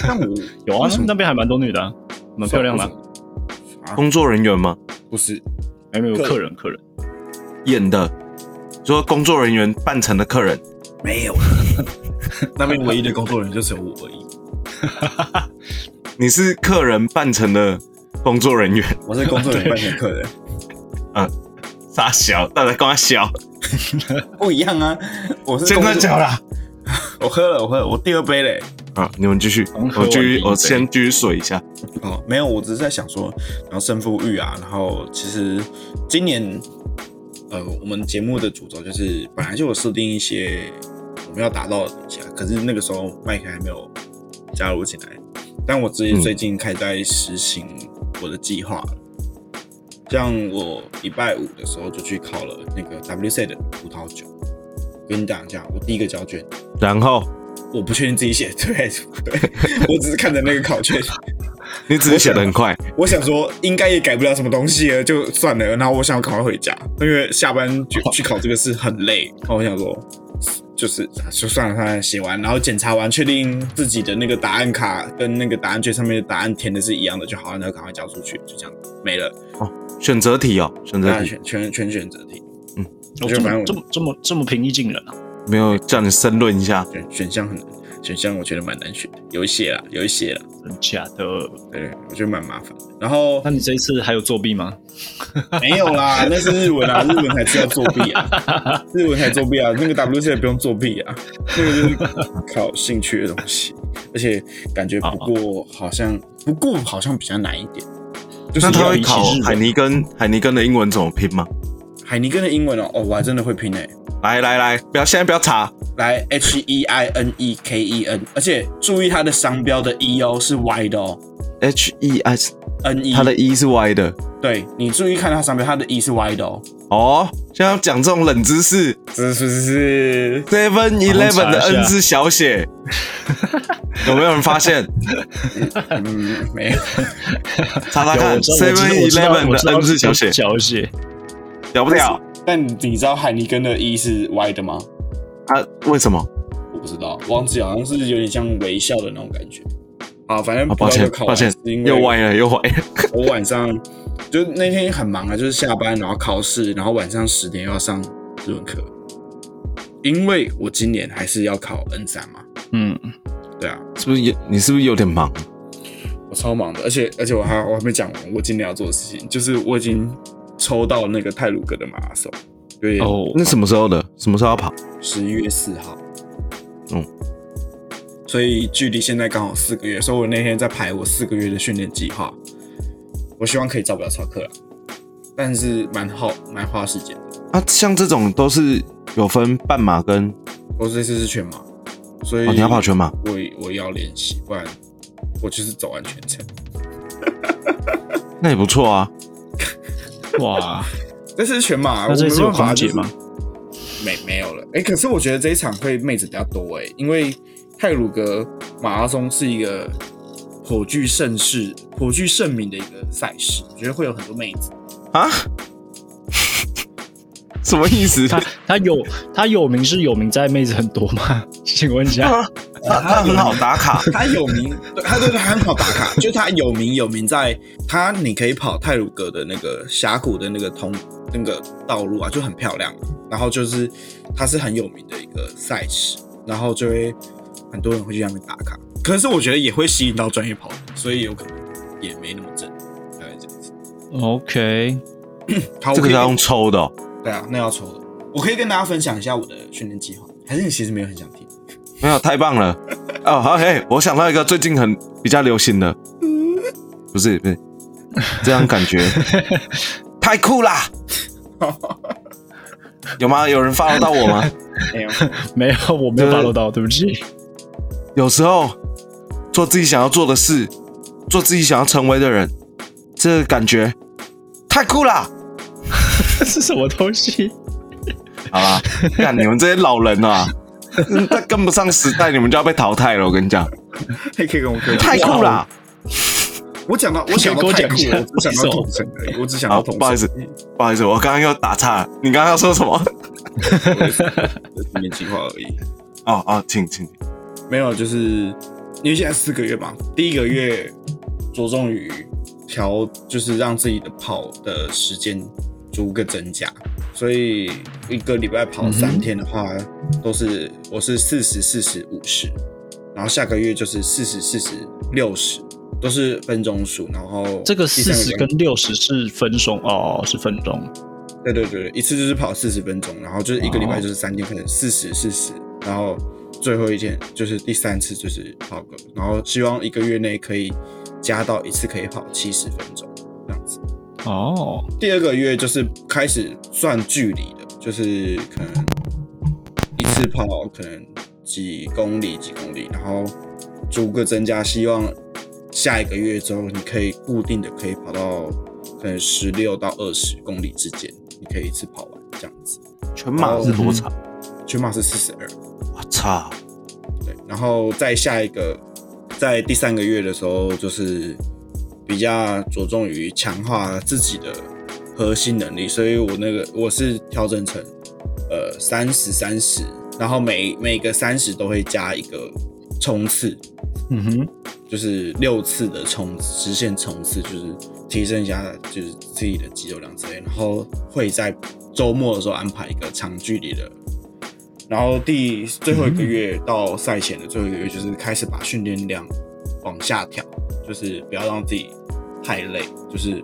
Speaker 1: 但我
Speaker 3: 有啊
Speaker 1: 为什么，
Speaker 3: 那边还蛮多女的啊，蛮漂亮的啊。
Speaker 2: 工作人员吗？
Speaker 1: 不是
Speaker 3: 还没有
Speaker 1: 客人
Speaker 3: 客人，客人
Speaker 2: 演的，说工作人员扮成的客人，
Speaker 1: 没有， 那边唯一的工作人员就只有我而已。
Speaker 2: 你是客人扮成的工作人员，
Speaker 1: 我是工作 人员扮成客人，
Speaker 2: 傻小，大家跟他笑，
Speaker 1: 不一样啊！我是
Speaker 2: 真的
Speaker 1: 工作
Speaker 2: 假，的？
Speaker 1: 我喝了，我喝了，我第二杯嘞。
Speaker 2: 啊，你们继续，
Speaker 3: 刚喝
Speaker 2: 我
Speaker 3: 完
Speaker 2: 继续
Speaker 3: 第，一
Speaker 2: 我
Speaker 3: 杯
Speaker 2: 哦先继续水一下。
Speaker 1: 哦，没有，我只是在想说，然后胜负欲啊，然后其实今年，呃，我们节目的主轴就是本来就有设定一些我们要达到的东西啊，可是那个时候麦克还没有加入进来，但我自己
Speaker 2: 嗯
Speaker 1: 最近开始在实行我的计划了。像我礼拜五的时候就去考了那个 WC 的葡萄酒，跟你讲一下，我第一个胶卷
Speaker 2: 然后
Speaker 1: 我不确定自己写对还是不对， 我只是看着那个考卷，
Speaker 2: 你只是写的很快，
Speaker 1: 我想说，应该也改不了什么东西了，就算了。然后我想要赶快回家，因为下班去去考这个是很累。然后我想说，就是就算了，算了，写完，然后检查完，确定自己的那个答案卡跟那个答案卷上面的答案填的是一样的就好了，然后赶快交出去，就这样没了。
Speaker 2: 选择题哦，选择
Speaker 1: 那
Speaker 2: 题
Speaker 1: 全全全选择题，
Speaker 3: 我
Speaker 1: 觉得
Speaker 3: 哦这
Speaker 1: 蛮有
Speaker 3: 么这么这么这么平易近人啊！
Speaker 2: 没有叫你申论一下，
Speaker 1: 选选项很难，选项我觉得蛮难选的，有一些啦，有一些啦，
Speaker 3: 真假的？
Speaker 1: 对，我觉得蛮麻烦的。然后
Speaker 3: 那你这一次还有作弊吗？
Speaker 1: 没有啦，那是日文啊，日文才知道作弊啊，日文才作弊啊，那个 WC 不用作弊啊，那个就是靠兴趣的东西，而且感觉不过好像不过好像比较难一点，就是
Speaker 2: 那他
Speaker 1: 要
Speaker 2: 会
Speaker 1: 以
Speaker 2: 考
Speaker 3: 日文
Speaker 2: 海尼根海尼根的英文怎么拼吗？
Speaker 1: 海尼根的英文哦，哦，我还真的会拼诶、
Speaker 2: 来来来，不要现在不要查，
Speaker 1: 来 H E I N E K E N，而且注意它的商标的 E 哦是 Y 的哦
Speaker 2: H E S，
Speaker 1: ，N E，
Speaker 2: 它的 E 是 Y 的。
Speaker 1: 对你注意看它商标，它的 E 是 Y 的哦，
Speaker 2: 哦，现在要讲这种冷知识
Speaker 1: 是是是是，
Speaker 2: ，Seven Eleven 的
Speaker 3: 查一下
Speaker 2: N 是小写， 有没有人发现？
Speaker 1: 嗯，没有。
Speaker 2: 查查看
Speaker 3: 我知道
Speaker 2: ，Seven
Speaker 3: 我知道
Speaker 2: Eleven
Speaker 3: 我知
Speaker 2: 的
Speaker 3: 道
Speaker 2: N 是小写，
Speaker 3: 小写，
Speaker 2: 了不了？
Speaker 1: 但你知道海尼根的 E 是 Y 的吗？
Speaker 2: 啊，为什么？
Speaker 1: 我不知道，忘记好像是有点像微笑的那种感觉。啊，反正
Speaker 2: 啊，
Speaker 1: 不
Speaker 2: 抱
Speaker 1: 知道
Speaker 2: 歉
Speaker 1: 就考，
Speaker 2: 抱
Speaker 1: 完
Speaker 2: 歉
Speaker 1: 是，因为
Speaker 2: 又歪了，又歪了。
Speaker 1: 我晚上就那天很忙啊，就是下班然后考试，然后晚上十点又要上日文课，因为我今年还是要考 N 三嘛。
Speaker 3: 嗯，
Speaker 1: 对啊，
Speaker 2: 是不是有？你是不是有点忙？
Speaker 1: 我超忙的，而且而且我还我还没讲完我今年要做的事情，就是我已经抽到那个泰鲁格的马拉松，对，
Speaker 3: 哦，
Speaker 2: 那什么时候的？什么时候要跑？
Speaker 1: 十一月四号。
Speaker 2: 嗯，
Speaker 1: 所以距离现在刚好四个月，所以我那天在排我四个月的训练计划。我希望可以照不了超课了，但是蛮耗蛮花时间的。
Speaker 2: 啊，像这种都是有分半马跟
Speaker 1: 我这次是全马，所以、
Speaker 2: 哦，你要跑全马，
Speaker 1: 我我要练习，不然我就是走完全程。
Speaker 2: 那也不错啊。
Speaker 3: 哇，
Speaker 1: 但是全马，啊
Speaker 3: 那这次有
Speaker 1: 我没办法
Speaker 3: 空姐
Speaker 1: 就是
Speaker 3: 吗？
Speaker 1: 没没有了。哎、可是我觉得这一场会妹子比较多哎、因为泰鲁格马拉松是一个颇具盛世、颇具盛名的一个赛事，我觉得会有很多妹子。
Speaker 2: 啊？ 什么意思？
Speaker 3: 他他有他有名是有名在妹子很多吗？ 请问一下，
Speaker 2: 他他很好打卡，
Speaker 1: 他有名，对他对他很好打 卡，就他有名有名在他你可以跑泰鲁格的那个峡谷的那个通那个道路啊，就很漂亮。然后就是它是很有名的一个赛事，然后就会很多人会去那边打卡。可是我觉得也会吸引到专业跑者，所以有可能也没那么正，大概这样子。
Speaker 3: OK，
Speaker 1: 好，
Speaker 2: 这
Speaker 1: 我可
Speaker 2: 个
Speaker 1: 以
Speaker 2: 要用抽的哦、
Speaker 1: 对啊，那要抽的。我可以跟大家分享一下我的训练计划，还是你其实没有很想听？
Speaker 2: 没有太棒了。哦，好，嘿，我想到一个最近很比较流行的，不是不是，这样感 觉太酷 啦。有吗？有人 follow 到我吗？
Speaker 1: 没有，
Speaker 3: 没有，我没有
Speaker 2: 就是
Speaker 3: follow 到，对不起。
Speaker 2: 有时候做自己想要做的事，做自己想要成为的人，这个感觉太酷啦。
Speaker 3: 这是什么东西？
Speaker 2: 好啦，看你们这些老人 啊，嗯再跟不上时代，你们就要被淘汰了。我跟你讲，
Speaker 1: 可以可以跟我可以
Speaker 2: 太酷啦！
Speaker 1: 我讲到我想到太酷
Speaker 3: 你可以
Speaker 1: 了，
Speaker 3: 跟
Speaker 1: 我只
Speaker 3: 我
Speaker 1: 想
Speaker 3: 讲一下
Speaker 1: 到统神而已，我只想
Speaker 2: 好
Speaker 1: 到统神。
Speaker 2: 不好意思不好意思，我刚刚又打岔了。你刚刚要说什么？
Speaker 1: 我的训练计划而已。
Speaker 2: 哦哦，请请。
Speaker 1: 没有，就是因为现在四个月嘛，第一个月着重于调，就是让自己的跑的时间逐个增加，所以一个礼拜跑三天的话，都是我是四十、四十、五十，然后下个月就是四十、四十、六十，都是分钟数，然后
Speaker 3: 这个
Speaker 1: 第三
Speaker 3: 四十
Speaker 1: 关
Speaker 3: 跟六十是分钟哦，是分钟。
Speaker 1: 对对对，对一次就是跑四十分钟，然后就是一个礼拜就是三天，可能四十四十，然后最后一天就是第三次就是跑个，然后希望一个月内可以加到一次可以跑七十分钟这样子。
Speaker 3: 哦，
Speaker 1: 第二个月就是开始算距离的，就是可能一次跑可能几公里几公里，然后逐个增加，希望下一个月之后你可以固定的可以跑到可能十六到二十公里之间，你可以一次跑完这样子。
Speaker 2: 全马是多长？
Speaker 1: 全马是四十二，
Speaker 2: 我操！
Speaker 1: 对，然后在下一个，在第三个月的时候，就是比较着重于强化自己的核心能力，所以我那个我是调整成呃三十三十，然后每每个三十都会加一个冲刺，
Speaker 3: 嗯哼，
Speaker 1: 就是六次的冲直线冲刺，就是提升一下就是自己的肌肉量之类，然后会在周末的时候安排一个长距离的，然后第最后一个月到赛前的最后一个月，就是开始把训练量往下调，就是不要让自己太累，就是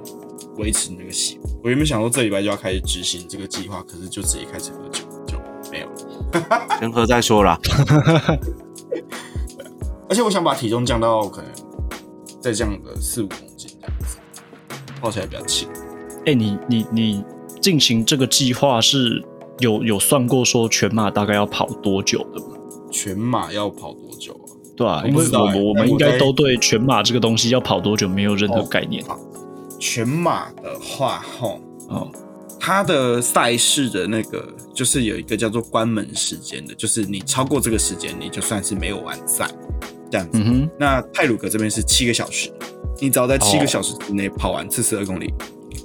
Speaker 1: 维持那个习惯。我原本想说这礼拜就要开始执行这个计划，可是就直接开始喝酒就没有了。
Speaker 2: 先喝再说啦。
Speaker 1: 而且我想把体重降到可能再降个四五公斤这样子，泡起来比较轻。
Speaker 3: 哎、你你你进行这个计划是有有算过说全马大概要跑多久的吗？
Speaker 1: 全马要跑多久啊？
Speaker 3: 对啊，
Speaker 1: 我
Speaker 3: 因
Speaker 1: 不
Speaker 3: 为
Speaker 1: 知道
Speaker 3: 我
Speaker 1: 欸
Speaker 3: 们我
Speaker 1: 但我
Speaker 3: 们应该
Speaker 1: 在
Speaker 3: 都对全马这个东西要跑多久没有任何
Speaker 1: 哦
Speaker 3: 概念
Speaker 1: 全马的话，吼，
Speaker 3: 哦。
Speaker 1: 它的赛事的那个就是有一个叫做关门时间的，就是你超过这个时间，你就算是没有完赛这样子。
Speaker 3: 嗯哼，
Speaker 1: 那泰鲁格这边是七个小时，你只要在七个小时之内跑完四十二公里，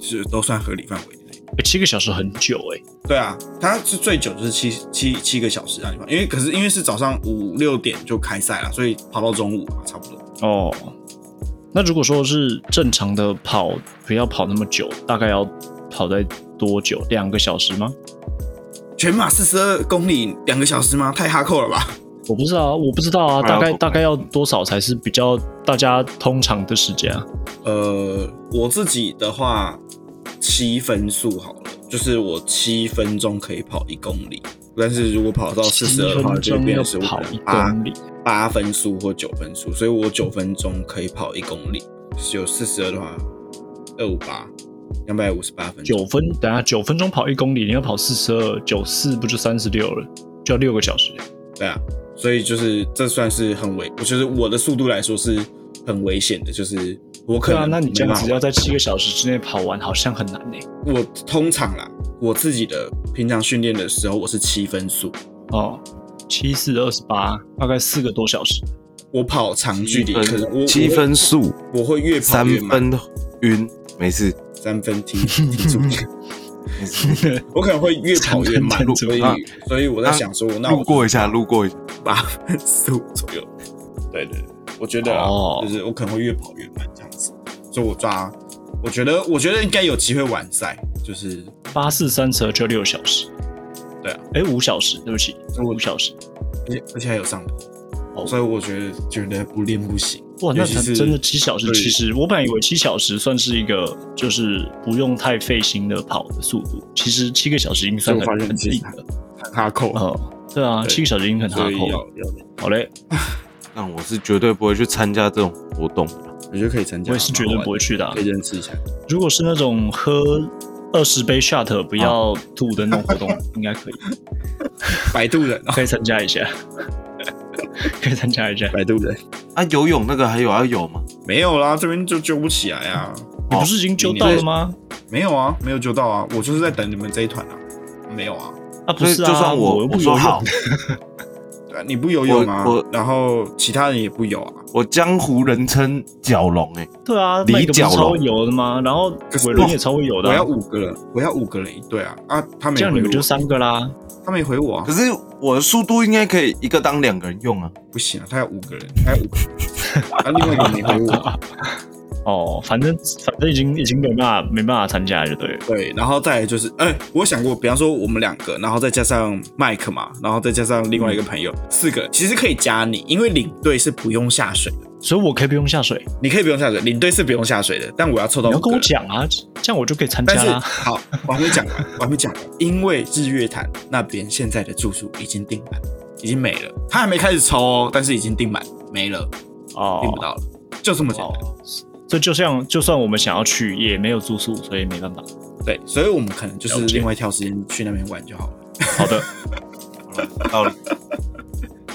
Speaker 1: 就是都算合理范围内。
Speaker 3: 欸七个小时很久哎、
Speaker 1: 对啊，它是最久就是七七七个小时啊，因为可是因为是早上五六点就开赛了，所以跑到中午嘛，差不多。
Speaker 3: 哦，那如果说是正常的跑，不要跑那么久，大概要跑在多久？两个小时吗？
Speaker 1: 全马四十二公里两个小时吗？太哈扣了吧！
Speaker 3: 我不知道啊，我不知道啊，
Speaker 2: 快要
Speaker 3: 大概
Speaker 2: 多
Speaker 3: 大概要多少才是比较大家通常的时间啊？
Speaker 1: 呃，我自己的话，七分速好了，就是我七分钟可以跑一公里，但是如果跑到四十二啊的话，
Speaker 3: 分
Speaker 1: 就
Speaker 3: 钟
Speaker 1: 变
Speaker 3: 要
Speaker 1: 成是我
Speaker 3: 跑
Speaker 1: 可
Speaker 3: 一
Speaker 1: 能八
Speaker 3: 公里，
Speaker 1: 八分速或九分速，所以我九分钟可以跑一公里，有四十二的话，二五八，两百五十八分钟。
Speaker 3: 九分，等下九分钟跑一公里，你要跑四十二，九四不就三十六了？就要六个小时。
Speaker 1: 对啊，所以就是这算是很危，就是我的速度来说是很危险的，就是我可
Speaker 3: 对
Speaker 1: 能
Speaker 3: 啊，那你这样子
Speaker 1: 没办
Speaker 3: 要
Speaker 1: 法
Speaker 3: 在七个小时之内跑完，好像很难呢、
Speaker 1: 我通常啦，我自己的平常训练的时候我是七分速，
Speaker 3: 哦，七四二十八，大概四个多小时。
Speaker 1: 我跑长距离，
Speaker 2: 七分
Speaker 1: 可是我
Speaker 2: 七分速，
Speaker 1: 我会越跑
Speaker 2: 三
Speaker 1: 越慢，
Speaker 2: 分晕，没事
Speaker 1: 三分踢踢住，
Speaker 2: 没事。
Speaker 1: 我可能会越跑越慢
Speaker 3: 三分，踢
Speaker 1: 所
Speaker 3: 住
Speaker 1: 以
Speaker 2: 啊
Speaker 1: 所以我在想说， 那
Speaker 2: 路
Speaker 1: 我
Speaker 2: 过一下，路过一下。
Speaker 1: 八分速左右，对对，对我觉得啊
Speaker 3: 哦
Speaker 1: 就是我可能会越跑越慢这样子，所以我抓，我觉得我觉得应该有机会完赛，就是
Speaker 3: 八四三十二就六小时。
Speaker 1: 对啊，
Speaker 3: 哎，五小时，对不起，五小时。
Speaker 1: 而且而且还有上坡，
Speaker 3: 哦
Speaker 1: 所以我觉得觉得不练不行。
Speaker 3: 哇，那
Speaker 1: 尤其
Speaker 3: 才
Speaker 1: 是
Speaker 3: 真的七小时。
Speaker 1: 对
Speaker 3: 其实我本来以为七小时算是一个就是不用太费心的跑的速度，其实七个小时已经算
Speaker 1: 就我
Speaker 3: 很
Speaker 1: 发现
Speaker 3: 很
Speaker 1: 其
Speaker 3: 硬
Speaker 1: 实
Speaker 3: 的。
Speaker 1: 哈扣
Speaker 3: 哦，对啊，
Speaker 1: 对
Speaker 3: 七个小时已经很哈
Speaker 1: 所以
Speaker 3: 扣
Speaker 1: 要
Speaker 3: 了。
Speaker 1: 要练，
Speaker 3: 好嘞，
Speaker 2: 但我是绝对不会去参加这种活动的啦。
Speaker 1: 我觉得可以参加，
Speaker 3: 我也是绝对不会去的啊
Speaker 1: 可以认识一下。
Speaker 3: 如果是那种喝二十杯 shot 不要
Speaker 1: 啊
Speaker 3: 吐的那种活 动，应该可以，
Speaker 1: 摆渡 人啊，
Speaker 3: 可以参加一下，可以参加一下。
Speaker 1: 摆渡人
Speaker 2: 啊，游泳那个还有要有吗？
Speaker 1: 没有啦，这边就揪不起来啊，
Speaker 3: 你不是已经揪到了吗？
Speaker 1: 没有啊，没有揪到啊，我就是在等你们这一团啊，没有啊，
Speaker 3: 啊，不
Speaker 2: 所以
Speaker 3: 是
Speaker 2: 就
Speaker 3: 啊，
Speaker 2: 算
Speaker 3: 我
Speaker 2: 我
Speaker 3: 又不
Speaker 2: 说
Speaker 3: 游
Speaker 2: 好
Speaker 3: 泳，，
Speaker 1: 对啊，你不游泳啊
Speaker 2: 我我，
Speaker 1: 然后其他人也不游啊，
Speaker 2: 我江湖人称角龙哎，
Speaker 3: 对啊，
Speaker 2: 李
Speaker 3: 每个不是
Speaker 2: 角
Speaker 3: 超
Speaker 2: 龙
Speaker 3: 会游的吗？然后
Speaker 1: 可是
Speaker 3: 伟伦
Speaker 1: 我
Speaker 3: 也超会游的
Speaker 1: 我
Speaker 3: 啊、
Speaker 1: 要五个人，我要五个人一队啊，啊，他没
Speaker 3: 这样你
Speaker 1: 回
Speaker 3: 们就
Speaker 1: 我，
Speaker 3: 三个啦。
Speaker 1: 他没回我啊
Speaker 2: 可，是我的速度应该可以一个当两 个人用啊。
Speaker 1: 不行啊，他要五个人，他要五个人，啊，另外一个没回我，
Speaker 3: 哦，反正反正已经已经没办法没办法参加了，就对了。
Speaker 1: 对，然后再来就是，哎、我想过，比方说我们两个，然后再加上麦克嘛，然后再加上另外一
Speaker 3: 嗯
Speaker 1: 个朋友，四个其实可以加你，因为领队是不用下水的，
Speaker 3: 所以我可以不用下水，
Speaker 1: 你可以不用下水，领队是不用下水的，但我要凑到
Speaker 3: 你
Speaker 1: 五
Speaker 3: 要跟
Speaker 1: 个
Speaker 3: 我
Speaker 1: 人。
Speaker 3: 讲啊，这样我就可以参
Speaker 1: 哦但
Speaker 3: 加
Speaker 1: 是
Speaker 3: 啦。
Speaker 1: 好，我还没讲完，我还没讲完，因为日月潭那边现在的住宿已经订满，已经没了，他还没开始抽哦，但是已经订满没了，
Speaker 3: 哦
Speaker 1: 订不到了，就这么简单。
Speaker 3: 哦，所以就像就算我们想要去，也没有住宿，所以没办法。
Speaker 1: 对，所以我们可能就是
Speaker 3: 了解
Speaker 1: 另外挑时间去那边玩就好了，
Speaker 3: 好的，
Speaker 2: 道理。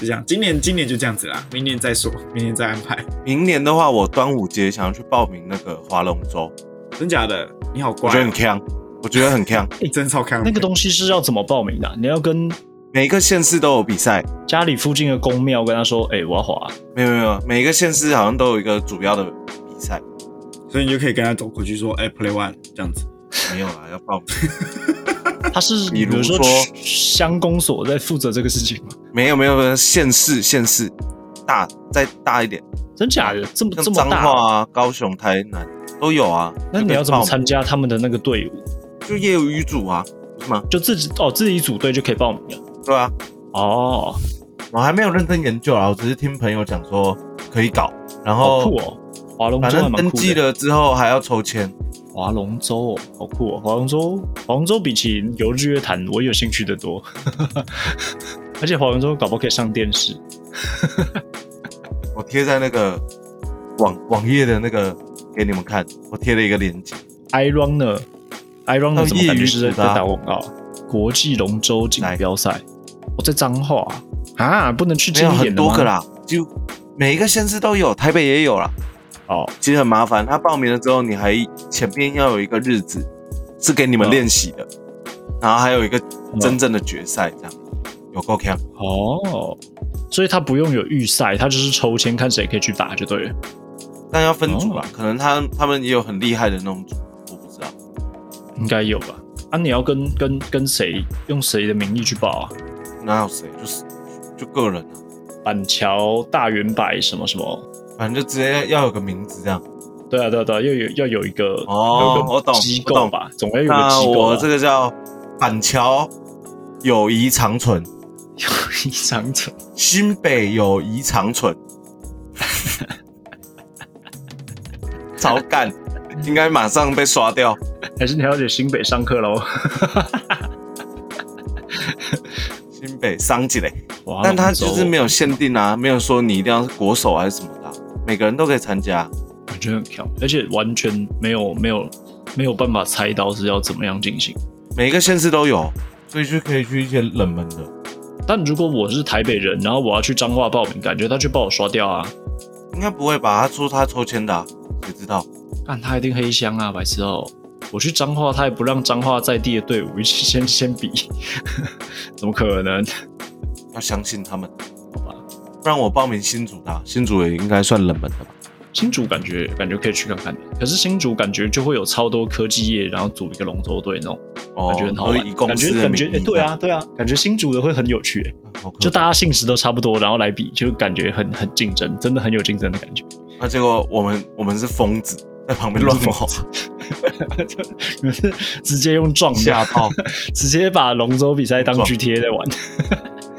Speaker 1: 就这样。今年今年就这样子啦，明年再说，明年再安排。
Speaker 2: 明年的话，我端午节想要去报名那个划龙舟，
Speaker 1: 真假的？你好乖
Speaker 3: 啊
Speaker 1: 哎哦、
Speaker 2: 我觉得很强，我觉得很强。
Speaker 1: 真的超看
Speaker 3: 那个东西是要怎么报名的啊、你要跟
Speaker 2: 每个县市都有比赛，
Speaker 3: 家里附近的公庙跟他说，哎、我要滑。
Speaker 2: 没有没有没有，每个县市好像都有一个主要的比赛，
Speaker 1: 所以你就可以跟他走过去说，哎、p l a y one 这样子。
Speaker 2: 没有啊啦，要报名。
Speaker 3: 他是
Speaker 2: 比如
Speaker 3: 比如说
Speaker 2: 说
Speaker 3: 乡公所在负责这个事情吗？
Speaker 2: 没有没有没有，县市县市大再大一点，
Speaker 3: 真假的？这么
Speaker 2: 像
Speaker 3: 这么
Speaker 2: 彰
Speaker 3: 大、
Speaker 2: 化啊、高雄、台南都有啊。
Speaker 3: 那
Speaker 2: 就
Speaker 3: 你
Speaker 2: 可以
Speaker 3: 要怎么
Speaker 2: 报名
Speaker 3: 参？加他们的那个队伍？
Speaker 2: 就业余组啊，是吗？
Speaker 3: 就自己哦，自己组队就可以报名了。
Speaker 2: 对啊，
Speaker 3: 哦，
Speaker 2: 我还没有认真研究啊，我只是听朋友讲说可以搞，然
Speaker 3: 好
Speaker 2: 后
Speaker 3: 酷哦！划龙
Speaker 2: 反
Speaker 3: 舟还
Speaker 2: 正
Speaker 3: 蛮
Speaker 2: 登
Speaker 3: 酷
Speaker 2: 记
Speaker 3: 的。
Speaker 2: 了之后还要抽签。
Speaker 3: 划龙舟哦，好酷哦！划龙舟，划龙舟比起游日月潭，我有兴趣的多。 而且划龙舟搞不好可以上电视。
Speaker 2: 我贴在那个网网页的那个给你们看，我贴了一个链接。
Speaker 3: i r o n e r i r o n e
Speaker 2: 还
Speaker 3: r
Speaker 2: 有
Speaker 3: 怎么感
Speaker 2: 业余
Speaker 3: 觉是在
Speaker 2: 组
Speaker 3: 在
Speaker 2: 的啊
Speaker 3: 打广告？国际龙舟锦标赛，哦我在彰化啊，不能去
Speaker 2: 没
Speaker 3: 近
Speaker 2: 有
Speaker 3: 一点
Speaker 2: 很
Speaker 3: 的
Speaker 2: 多
Speaker 3: 吗
Speaker 2: 个。啦，就每一个县市都有，台北也有啦。
Speaker 3: 哦，
Speaker 2: 其实很麻烦，他报名了之后，你还前面要有一个日子是给你们
Speaker 3: 嗯
Speaker 2: 练习的，
Speaker 3: 哦
Speaker 2: 然后还有一个真正的决赛，这样有够强。
Speaker 3: 哦，所以他不用有预赛，他就是抽签看谁可以去打就对了。
Speaker 2: 但要分组啦，
Speaker 3: 哦
Speaker 2: 可能他他们也有很厉害的那种组，我不知道。
Speaker 3: 应该有吧？啊，你要跟跟跟谁用谁的名义去报啊？
Speaker 2: 哪有谁，就是就个人啊，
Speaker 3: 板桥大圆柏什么什么？
Speaker 2: 反正就直接要有个名字这样。
Speaker 3: 对啊，对啊，对啊，要有要有一个
Speaker 2: 哦
Speaker 3: 要有个
Speaker 2: 我懂
Speaker 3: 机
Speaker 2: 我
Speaker 3: 构
Speaker 2: 懂
Speaker 3: 吧，总要有个
Speaker 2: 那
Speaker 3: 机构啊吧。
Speaker 2: 我 这个叫板桥友谊长存，
Speaker 3: 友谊长城，
Speaker 2: 新北友谊长存，超干，应该马上被刷掉。
Speaker 3: 还是你了解新北上课喽？
Speaker 2: 新北伤起嘞，
Speaker 3: 哇
Speaker 2: 但他就是没
Speaker 3: 有，
Speaker 2: 有限定啊，没有说你一定要是国手还是什么的啊、每个人都可以参加。
Speaker 3: 我觉得很强，而且完全没有没有没有办法猜到是要怎么样进行。
Speaker 2: 每个县市都有，所以就可以去一些冷门的。
Speaker 3: 但如果我是台北人，然后我要去彰化报名，感觉他就把我刷掉啊！
Speaker 2: 应该不会吧？他说他抽签的、啊，谁知道？
Speaker 3: 但他一定黑箱啊，白痴哦！我去彰化，他也不让彰化在地的队伍一起 先先比，怎么可能？
Speaker 2: 要相信他们，
Speaker 3: 好吧，
Speaker 2: 不然我报名新竹的啊、新竹也应该算冷门的吧？
Speaker 3: 新竹感觉感觉可以去看看，可是新竹感觉就会有超多科技业，然后组一个龙舟队那种，
Speaker 2: 哦
Speaker 3: 感觉很好玩
Speaker 2: 都是以。公
Speaker 3: 感
Speaker 2: 司
Speaker 3: 觉
Speaker 2: 的
Speaker 3: 感
Speaker 2: 名
Speaker 3: 觉、
Speaker 2: 义
Speaker 3: 诶对啊对啊，感觉新竹的会很有趣、
Speaker 2: 这
Speaker 3: 诶
Speaker 2: 样，好可怕
Speaker 3: 就大家性质都差不多，然后来比，就感觉很很竞争，真的很有竞争的感觉。
Speaker 2: 那结果我们我们是疯子，在旁边乱 跑，
Speaker 3: 你们是直接用撞
Speaker 2: 吓
Speaker 3: 架，
Speaker 2: 到。
Speaker 3: 直接把龙舟比赛当
Speaker 2: 撞
Speaker 3: GTA 在玩，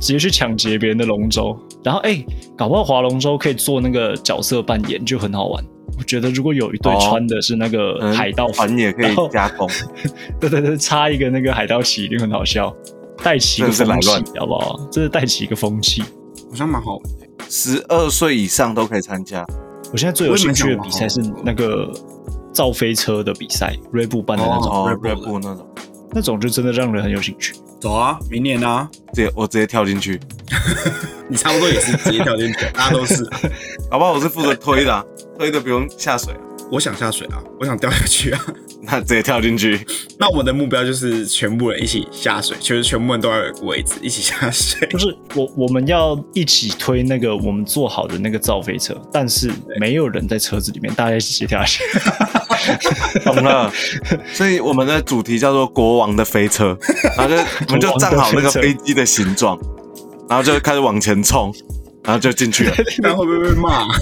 Speaker 3: 直接去抢劫别人的龙舟。然后哎、搞不好划龙舟可以做那个角色扮演，就很好玩。我觉得如果有一队
Speaker 2: 哦
Speaker 3: 穿的是那个
Speaker 2: 嗯
Speaker 3: 海盗服，
Speaker 2: 船也可以加工，
Speaker 3: 对对对，插一个那个海盗旗一定很好笑，带起一个
Speaker 2: 真的
Speaker 3: 风
Speaker 2: 是
Speaker 3: 气
Speaker 2: 来乱，
Speaker 3: 好不好？这是带起一个风气。
Speaker 1: 好像蛮好玩。
Speaker 2: 十二岁以上都可以参加。
Speaker 3: 我现在最有兴趣的比
Speaker 2: 哦
Speaker 3: 赛是那个造飞车的比赛，锐步办的那种，
Speaker 2: 哦
Speaker 1: Red
Speaker 2: ，Red
Speaker 1: Bull
Speaker 2: Bull 那种，
Speaker 3: 那种就真的让人很有兴趣。
Speaker 1: 走啊，明年啊，
Speaker 2: 直接我直接跳进去，
Speaker 1: 你差不多也是直接跳 进去，大家都是。
Speaker 2: 搞不好我是负责推的啊，推的不用下水啊，
Speaker 1: 我想下水啊，我想掉下去啊。
Speaker 2: 那直接跳进去。
Speaker 1: 那我们的目标就是全部人一起下水，就是全部人都要有个位置一起下 水。
Speaker 3: 就是我我们要一起推那个我们做好的那个造飞车，但是没有人在车子里面，大家一起接跳下去。
Speaker 2: 懂了，所以我们的主题叫做“国王的飞 车”，然后就我们就站好那个飞机的形状，然后就开始往前冲，然后就进去了。
Speaker 1: 不然会不会被骂？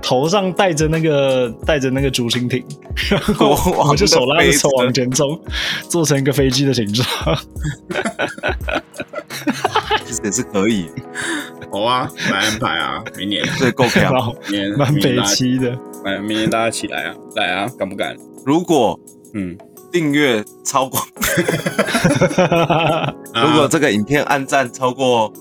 Speaker 3: 头上戴着那个戴着那个竹 蜻蜓，然后
Speaker 2: 国王
Speaker 3: 我就手拉着
Speaker 2: 的
Speaker 3: 手
Speaker 2: 杯子
Speaker 3: 往前冲，做成一个飞机的形状。
Speaker 2: 其实也是可以，
Speaker 1: 好啊，来安排啊，明年，
Speaker 2: 所以够
Speaker 3: 然
Speaker 2: 票。
Speaker 3: 后
Speaker 1: 明年，
Speaker 3: 蛮
Speaker 1: 明年
Speaker 3: 悲
Speaker 1: 大家
Speaker 3: 戚的，
Speaker 1: 来，明年大家起来啊，来啊，敢不敢？
Speaker 2: 如果
Speaker 1: 嗯，
Speaker 2: 订阅超过，
Speaker 1: 啊
Speaker 2: 如果这个影片按赞超过，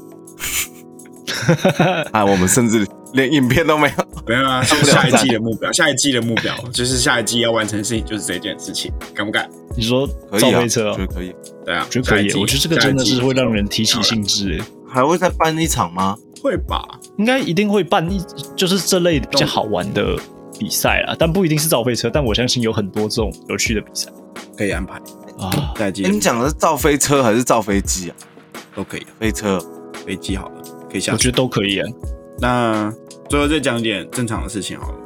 Speaker 2: 啊，我们甚至连影片都没有。
Speaker 1: 没有啊，就是
Speaker 2: 不了
Speaker 1: 下一
Speaker 2: 赞
Speaker 1: 季的目标，下一季的目标就是下一季要完成的事情就是这件事情，敢不敢？
Speaker 3: 你说
Speaker 2: 可
Speaker 3: 造
Speaker 2: 以啊，
Speaker 3: 飞
Speaker 2: 我
Speaker 3: 车哦
Speaker 2: 觉得，可以。
Speaker 1: 对啊，
Speaker 3: 我觉得可
Speaker 1: 下一
Speaker 3: 以。
Speaker 1: 季
Speaker 3: 我觉得这个真的是会让人提起
Speaker 1: 下一季
Speaker 3: 兴致，哎
Speaker 2: 还会再办一场吗？
Speaker 1: 会吧？
Speaker 3: 应该一定会办一就是这类比较好玩的比赛啊，但不一定是造飞车，但我相信有很多这种有趣的比赛
Speaker 1: 可以安排，
Speaker 3: 啊。
Speaker 1: 下一季
Speaker 2: 欸、你讲的是造飞车还是造飞机啊？
Speaker 1: 都可以，
Speaker 2: 飞车
Speaker 1: 飞机好了，可以下
Speaker 3: 我
Speaker 1: 去。
Speaker 3: 觉得都可以啊。
Speaker 1: 那最后再讲点正常的事情好了，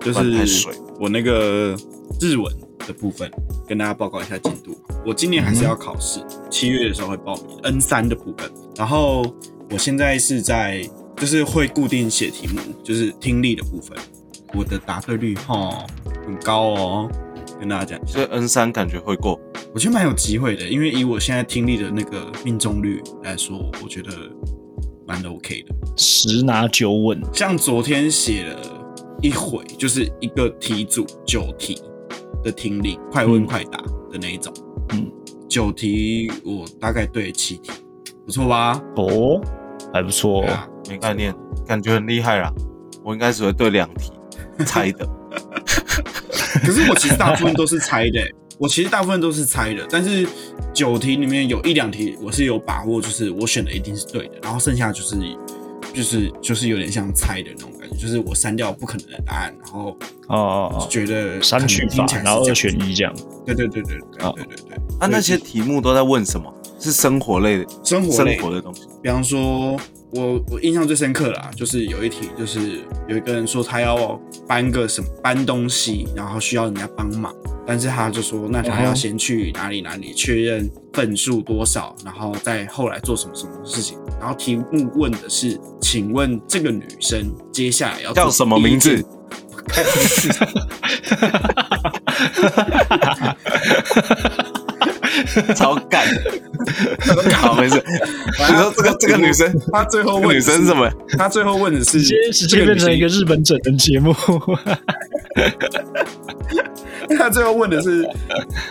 Speaker 1: 就
Speaker 2: 不然太
Speaker 1: 是
Speaker 2: 水
Speaker 1: 我那个日文的部分，跟大家报告一下进度。我今年还是要考试，七、月的时候会报名 N 三的部分。然后我现在是在，就是会固定写题目，就是听力的部分。我的答对率哈很高哦，跟大家讲一下
Speaker 2: 所以，N 三感觉会过，
Speaker 1: 我觉得蛮有机会的，因为以我现在听力的那个命中率来说，我觉得蛮 OK 的。
Speaker 3: 十拿九稳，
Speaker 1: 像昨天写了一回，就是一个题组九题的听力，快问快答的那一种。
Speaker 3: 嗯，
Speaker 1: 九题我大概对七题，不错吧？
Speaker 3: 哦，还不错、
Speaker 1: 对
Speaker 3: 哦
Speaker 1: 啊。
Speaker 2: 没概念，感觉很厉害啦。我应该只会对两题猜的，
Speaker 1: 可是我其实大部分都是猜的欸、我其实大部分都是猜的，但是九题里面有一两题我是有把握，就是我选的一定是对的，然后剩下就是就是就是有点像猜的那种感觉，就是我删掉不可能的答案，然后
Speaker 3: 哦哦哦
Speaker 1: 觉得
Speaker 3: 删去
Speaker 1: 可能
Speaker 3: 法
Speaker 1: 听起来，是
Speaker 3: 然后
Speaker 1: 这
Speaker 3: 二
Speaker 1: 样
Speaker 3: 选一这样。
Speaker 1: 对对对对对
Speaker 3: 啊
Speaker 1: 对对对。
Speaker 2: 那、那些题目都在问什么？是生活类的，
Speaker 1: 生活
Speaker 2: 生
Speaker 1: 类
Speaker 2: 活的东西。
Speaker 1: 比方说，我我印象最深刻啦，就是有一题，就是有一个人说他要搬个什么搬东西，然后需要人家帮忙，但是他就说，那他要先去哪里哪里确认份数多少，然后再后来做什么什么事情。然后题目问的是，请问这个女生接下来要做
Speaker 2: 叫什么
Speaker 1: 第一
Speaker 2: 名字
Speaker 1: 件？开什么事？
Speaker 2: 超干。好，没事。 你说这个这个女生，
Speaker 1: 他最后
Speaker 2: 这
Speaker 1: 问
Speaker 2: 个
Speaker 1: 的
Speaker 2: 女生是什么？
Speaker 1: 他最后问的是
Speaker 3: 直接直
Speaker 1: 这
Speaker 3: 接
Speaker 1: 个
Speaker 3: 变
Speaker 1: 女
Speaker 3: 成
Speaker 1: 生
Speaker 3: 一个日本整人节目，
Speaker 1: 他最后问的是，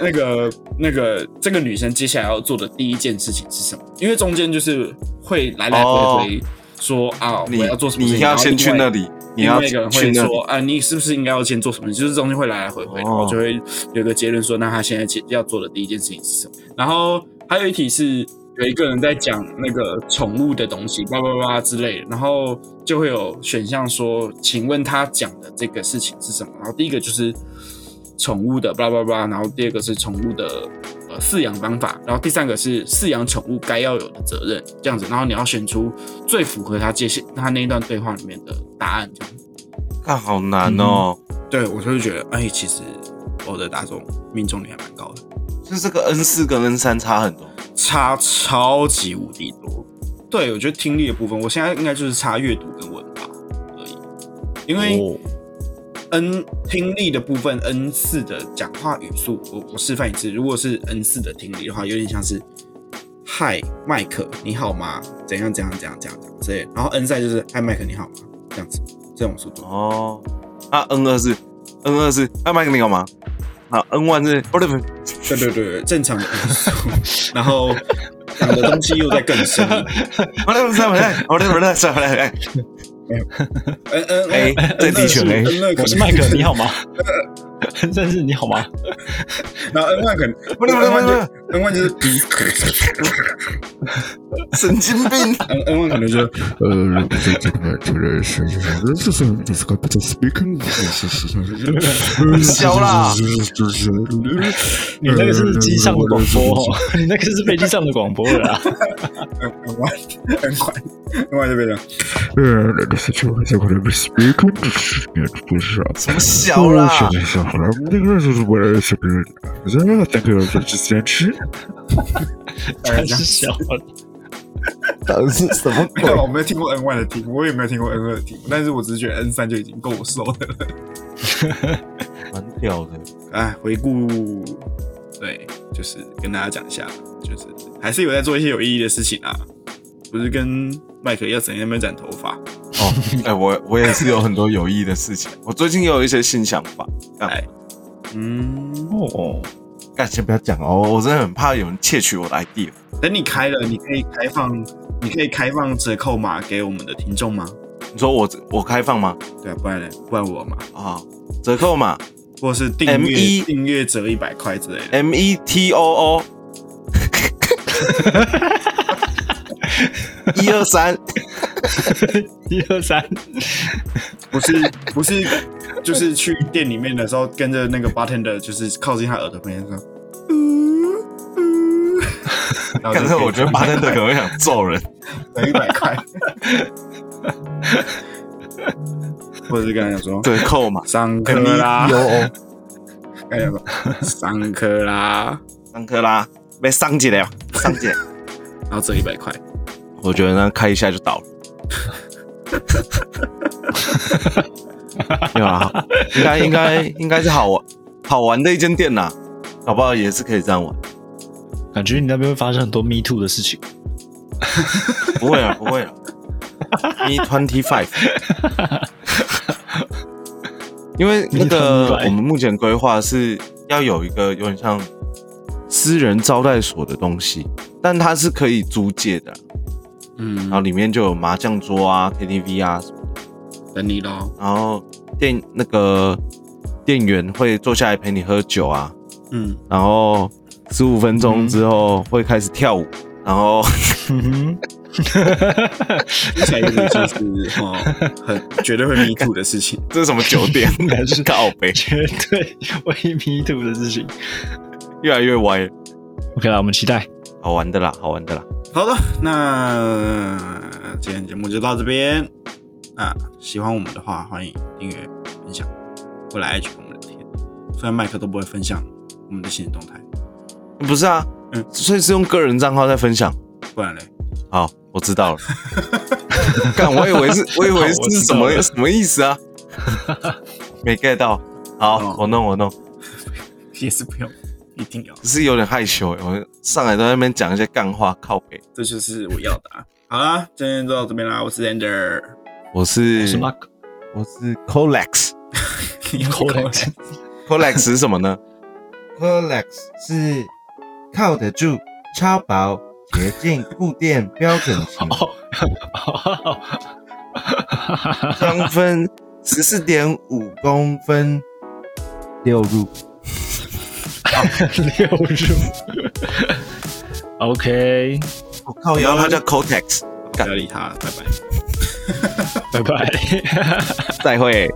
Speaker 1: 那个那个这个女生接下来要做的第一件事情是什么？因为中间就是会来来回回说、啊，
Speaker 2: 哦你
Speaker 1: 我要做什么事情，
Speaker 2: 你要先去那
Speaker 1: 里，
Speaker 2: 里，你
Speaker 1: 另
Speaker 2: 要
Speaker 1: 外一个人
Speaker 2: 去
Speaker 1: 会
Speaker 2: 那
Speaker 1: 说
Speaker 2: 里。
Speaker 1: 啊，你是不是应该要先做什么？就是中间会来来回回，
Speaker 2: 哦
Speaker 1: 然后就会有个结论说，那他现在要做的第一件事情是什么？然后还有一题是。有一个人在讲那个宠物的东西，叭叭叭之类的，然后就会有选项说，请问他讲的这个事情是什么？然后第一个就是宠物的，叭叭叭，然后第二个是宠物的呃饲养方法，然后第三个是饲养宠物该要有的责任，这样子，然后你要选出最符合他界限他那一段对话里面的答案，这样子。
Speaker 2: 看，好难哦。
Speaker 1: 对我就会觉得，哎，其实我的打中命中率还蛮高的，
Speaker 2: 就是这个 N 四跟 N 三差很多。
Speaker 1: 差超级无敌多。对我觉得听力的部分，我现在应该就是差阅读跟文法而已，因为、
Speaker 3: 哦
Speaker 1: N 听力的部分，N 四的讲话语速，我我示范一次。如果是 N 四的听力的话，有点像是“嗨，麦克，你好吗？怎样怎样怎样怎样怎样之类的。然后 N 三就是“嗨，麦克，你好吗？”这样子，这种速度。
Speaker 2: 哦，那 N 二是 N 二是，那麦克你干嘛？好，N one 是不对不对，
Speaker 1: 对对对，对正常的语速。然后讲的东西又再更深一点。
Speaker 2: 不对不对不对，不对不对不对，
Speaker 1: N N
Speaker 2: 哎
Speaker 1: N，
Speaker 2: 这的确哎
Speaker 1: N 二可
Speaker 3: 我是
Speaker 1: 能
Speaker 3: 麦克，你好吗？ 但是你好吗？
Speaker 1: 然后 N 二可能
Speaker 2: 不对不对不对，
Speaker 1: N 1就是鼻
Speaker 2: 神经 病！
Speaker 1: N N 1可能就是
Speaker 4: Uh, this computer speaking.
Speaker 2: 小啦，
Speaker 3: 你那个是机上的广播
Speaker 1: 嗯
Speaker 3: 哦，你那个是飞机上的广播 了啦。
Speaker 1: N N 1 N 1 N 1就变成
Speaker 4: Uh, this computer speaking. 不是啊，
Speaker 2: 什么小啦？
Speaker 4: 小孩，那个就是我的小孩，
Speaker 1: 哎
Speaker 4: 那个那个是之前吃。
Speaker 3: 太是小了。
Speaker 2: 到底是什么
Speaker 5: 没
Speaker 2: 鬼
Speaker 5: 有，？
Speaker 1: 啊
Speaker 5: 我没有听过 N one 的题目，我也没有听过 N 二的题目，但是我只是觉得 N 三就已经够我受的了。
Speaker 2: 蛮屌的，
Speaker 1: 哎，回顾，对，就是跟大家讲一下，就是还是有在做一些有意义的事情啊，不是跟麦克要整天在那边染头发，
Speaker 2: 哦，哎、我我也是有很多有益的事情，我最近也有一些新想法。哎
Speaker 1: 哎，嗯，
Speaker 3: 哦，
Speaker 2: 干先不要讲哦，我真的很怕有人窃取我的 idea。
Speaker 1: 等你开了，你可以开放，你可以开放折扣码给我们的听众吗？
Speaker 2: 你说我我开放吗？
Speaker 1: 对啊，不然呢？不然我嘛，
Speaker 2: 啊、折扣码
Speaker 1: 或者是订
Speaker 2: M1
Speaker 1: 阅订阅折一百块之类的。
Speaker 2: M E T O O，一二三，
Speaker 3: 一二三，
Speaker 1: 不是不是，就是去店里面的时候，跟着那个 bartender，就是靠近他耳朵旁边说，
Speaker 5: 然后
Speaker 2: 反
Speaker 5: 就
Speaker 2: 正我觉得巴 登的可能会想揍人。
Speaker 5: 得一百块，
Speaker 1: 或者是跟他讲 说
Speaker 2: 折扣码
Speaker 1: 上课
Speaker 2: M E
Speaker 1: 啦
Speaker 2: T，O O，
Speaker 1: 跟他讲说上课啦，
Speaker 2: 上课啦，被上起来了，上起来。
Speaker 1: 然后折一百块。
Speaker 2: 我觉得呢，开一下就倒了。 对啊，应该应该应该是好玩好玩的一间店呐，搞不好也是可以这样玩。
Speaker 3: 感觉你那边会发生很多 Me Too 的事情。
Speaker 2: 不会啊，不会啊。Me twenty five，因为那个
Speaker 3: Me 25
Speaker 2: 我们目前规划是要有一个有点像私人招待所的东西，但它是可以租借的，
Speaker 1: 嗯
Speaker 2: 然，后里面就有麻将桌啊、KTV 啊什么的
Speaker 1: 等你咯。
Speaker 2: 然后店那个店员会坐下来陪你喝酒啊，
Speaker 1: 嗯，
Speaker 2: 然后十五分钟之后会开始跳舞，然后
Speaker 3: 嗯哼，
Speaker 1: 听起来有点像是哦，很绝对会迷途的事情。
Speaker 2: 这是什么酒店？
Speaker 3: 还是
Speaker 2: 告白，
Speaker 3: 绝对为 Me Too 的事情。
Speaker 2: 越来越歪，
Speaker 3: OK 啦，我们期待。
Speaker 2: 好玩的啦，好玩的啦。
Speaker 1: 好的，那今天节目就到这边。那喜欢我们的话，欢迎订阅、分享，过来 IG 跟我们聊天。虽然麦克都不会分享我们的新动态，
Speaker 2: 不是啊，
Speaker 1: 嗯
Speaker 2: 所以是用个人账号在分享。
Speaker 1: 不然嘞，
Speaker 2: 好，我知 道了。干，我以为是，我以为
Speaker 3: 好我知
Speaker 2: 是
Speaker 3: 道
Speaker 2: 什么
Speaker 3: 了
Speaker 2: 什么意 思啊？没 get 到。好
Speaker 1: 哦，
Speaker 2: 我弄我弄，
Speaker 1: 也是不用，一定要。
Speaker 2: 只是有点害羞欸。我上来都在那边讲一些干话，靠北。
Speaker 1: 这就是我要的啊。好啦，今天就到这边啦，我是 Ender，
Speaker 2: 我是
Speaker 3: 我是 Mark
Speaker 2: 我是 Colex。
Speaker 3: Collect，
Speaker 2: Colex 是什么呢？Colex 是靠得住、超薄、洁净、固垫、标准型
Speaker 3: 哦
Speaker 2: 公分，十四点五公分，六入。
Speaker 3: 六入。OK，
Speaker 2: 我哦靠，然后它叫 Cotex，
Speaker 1: 不要理他了，拜拜。
Speaker 3: 拜拜。
Speaker 2: 再会。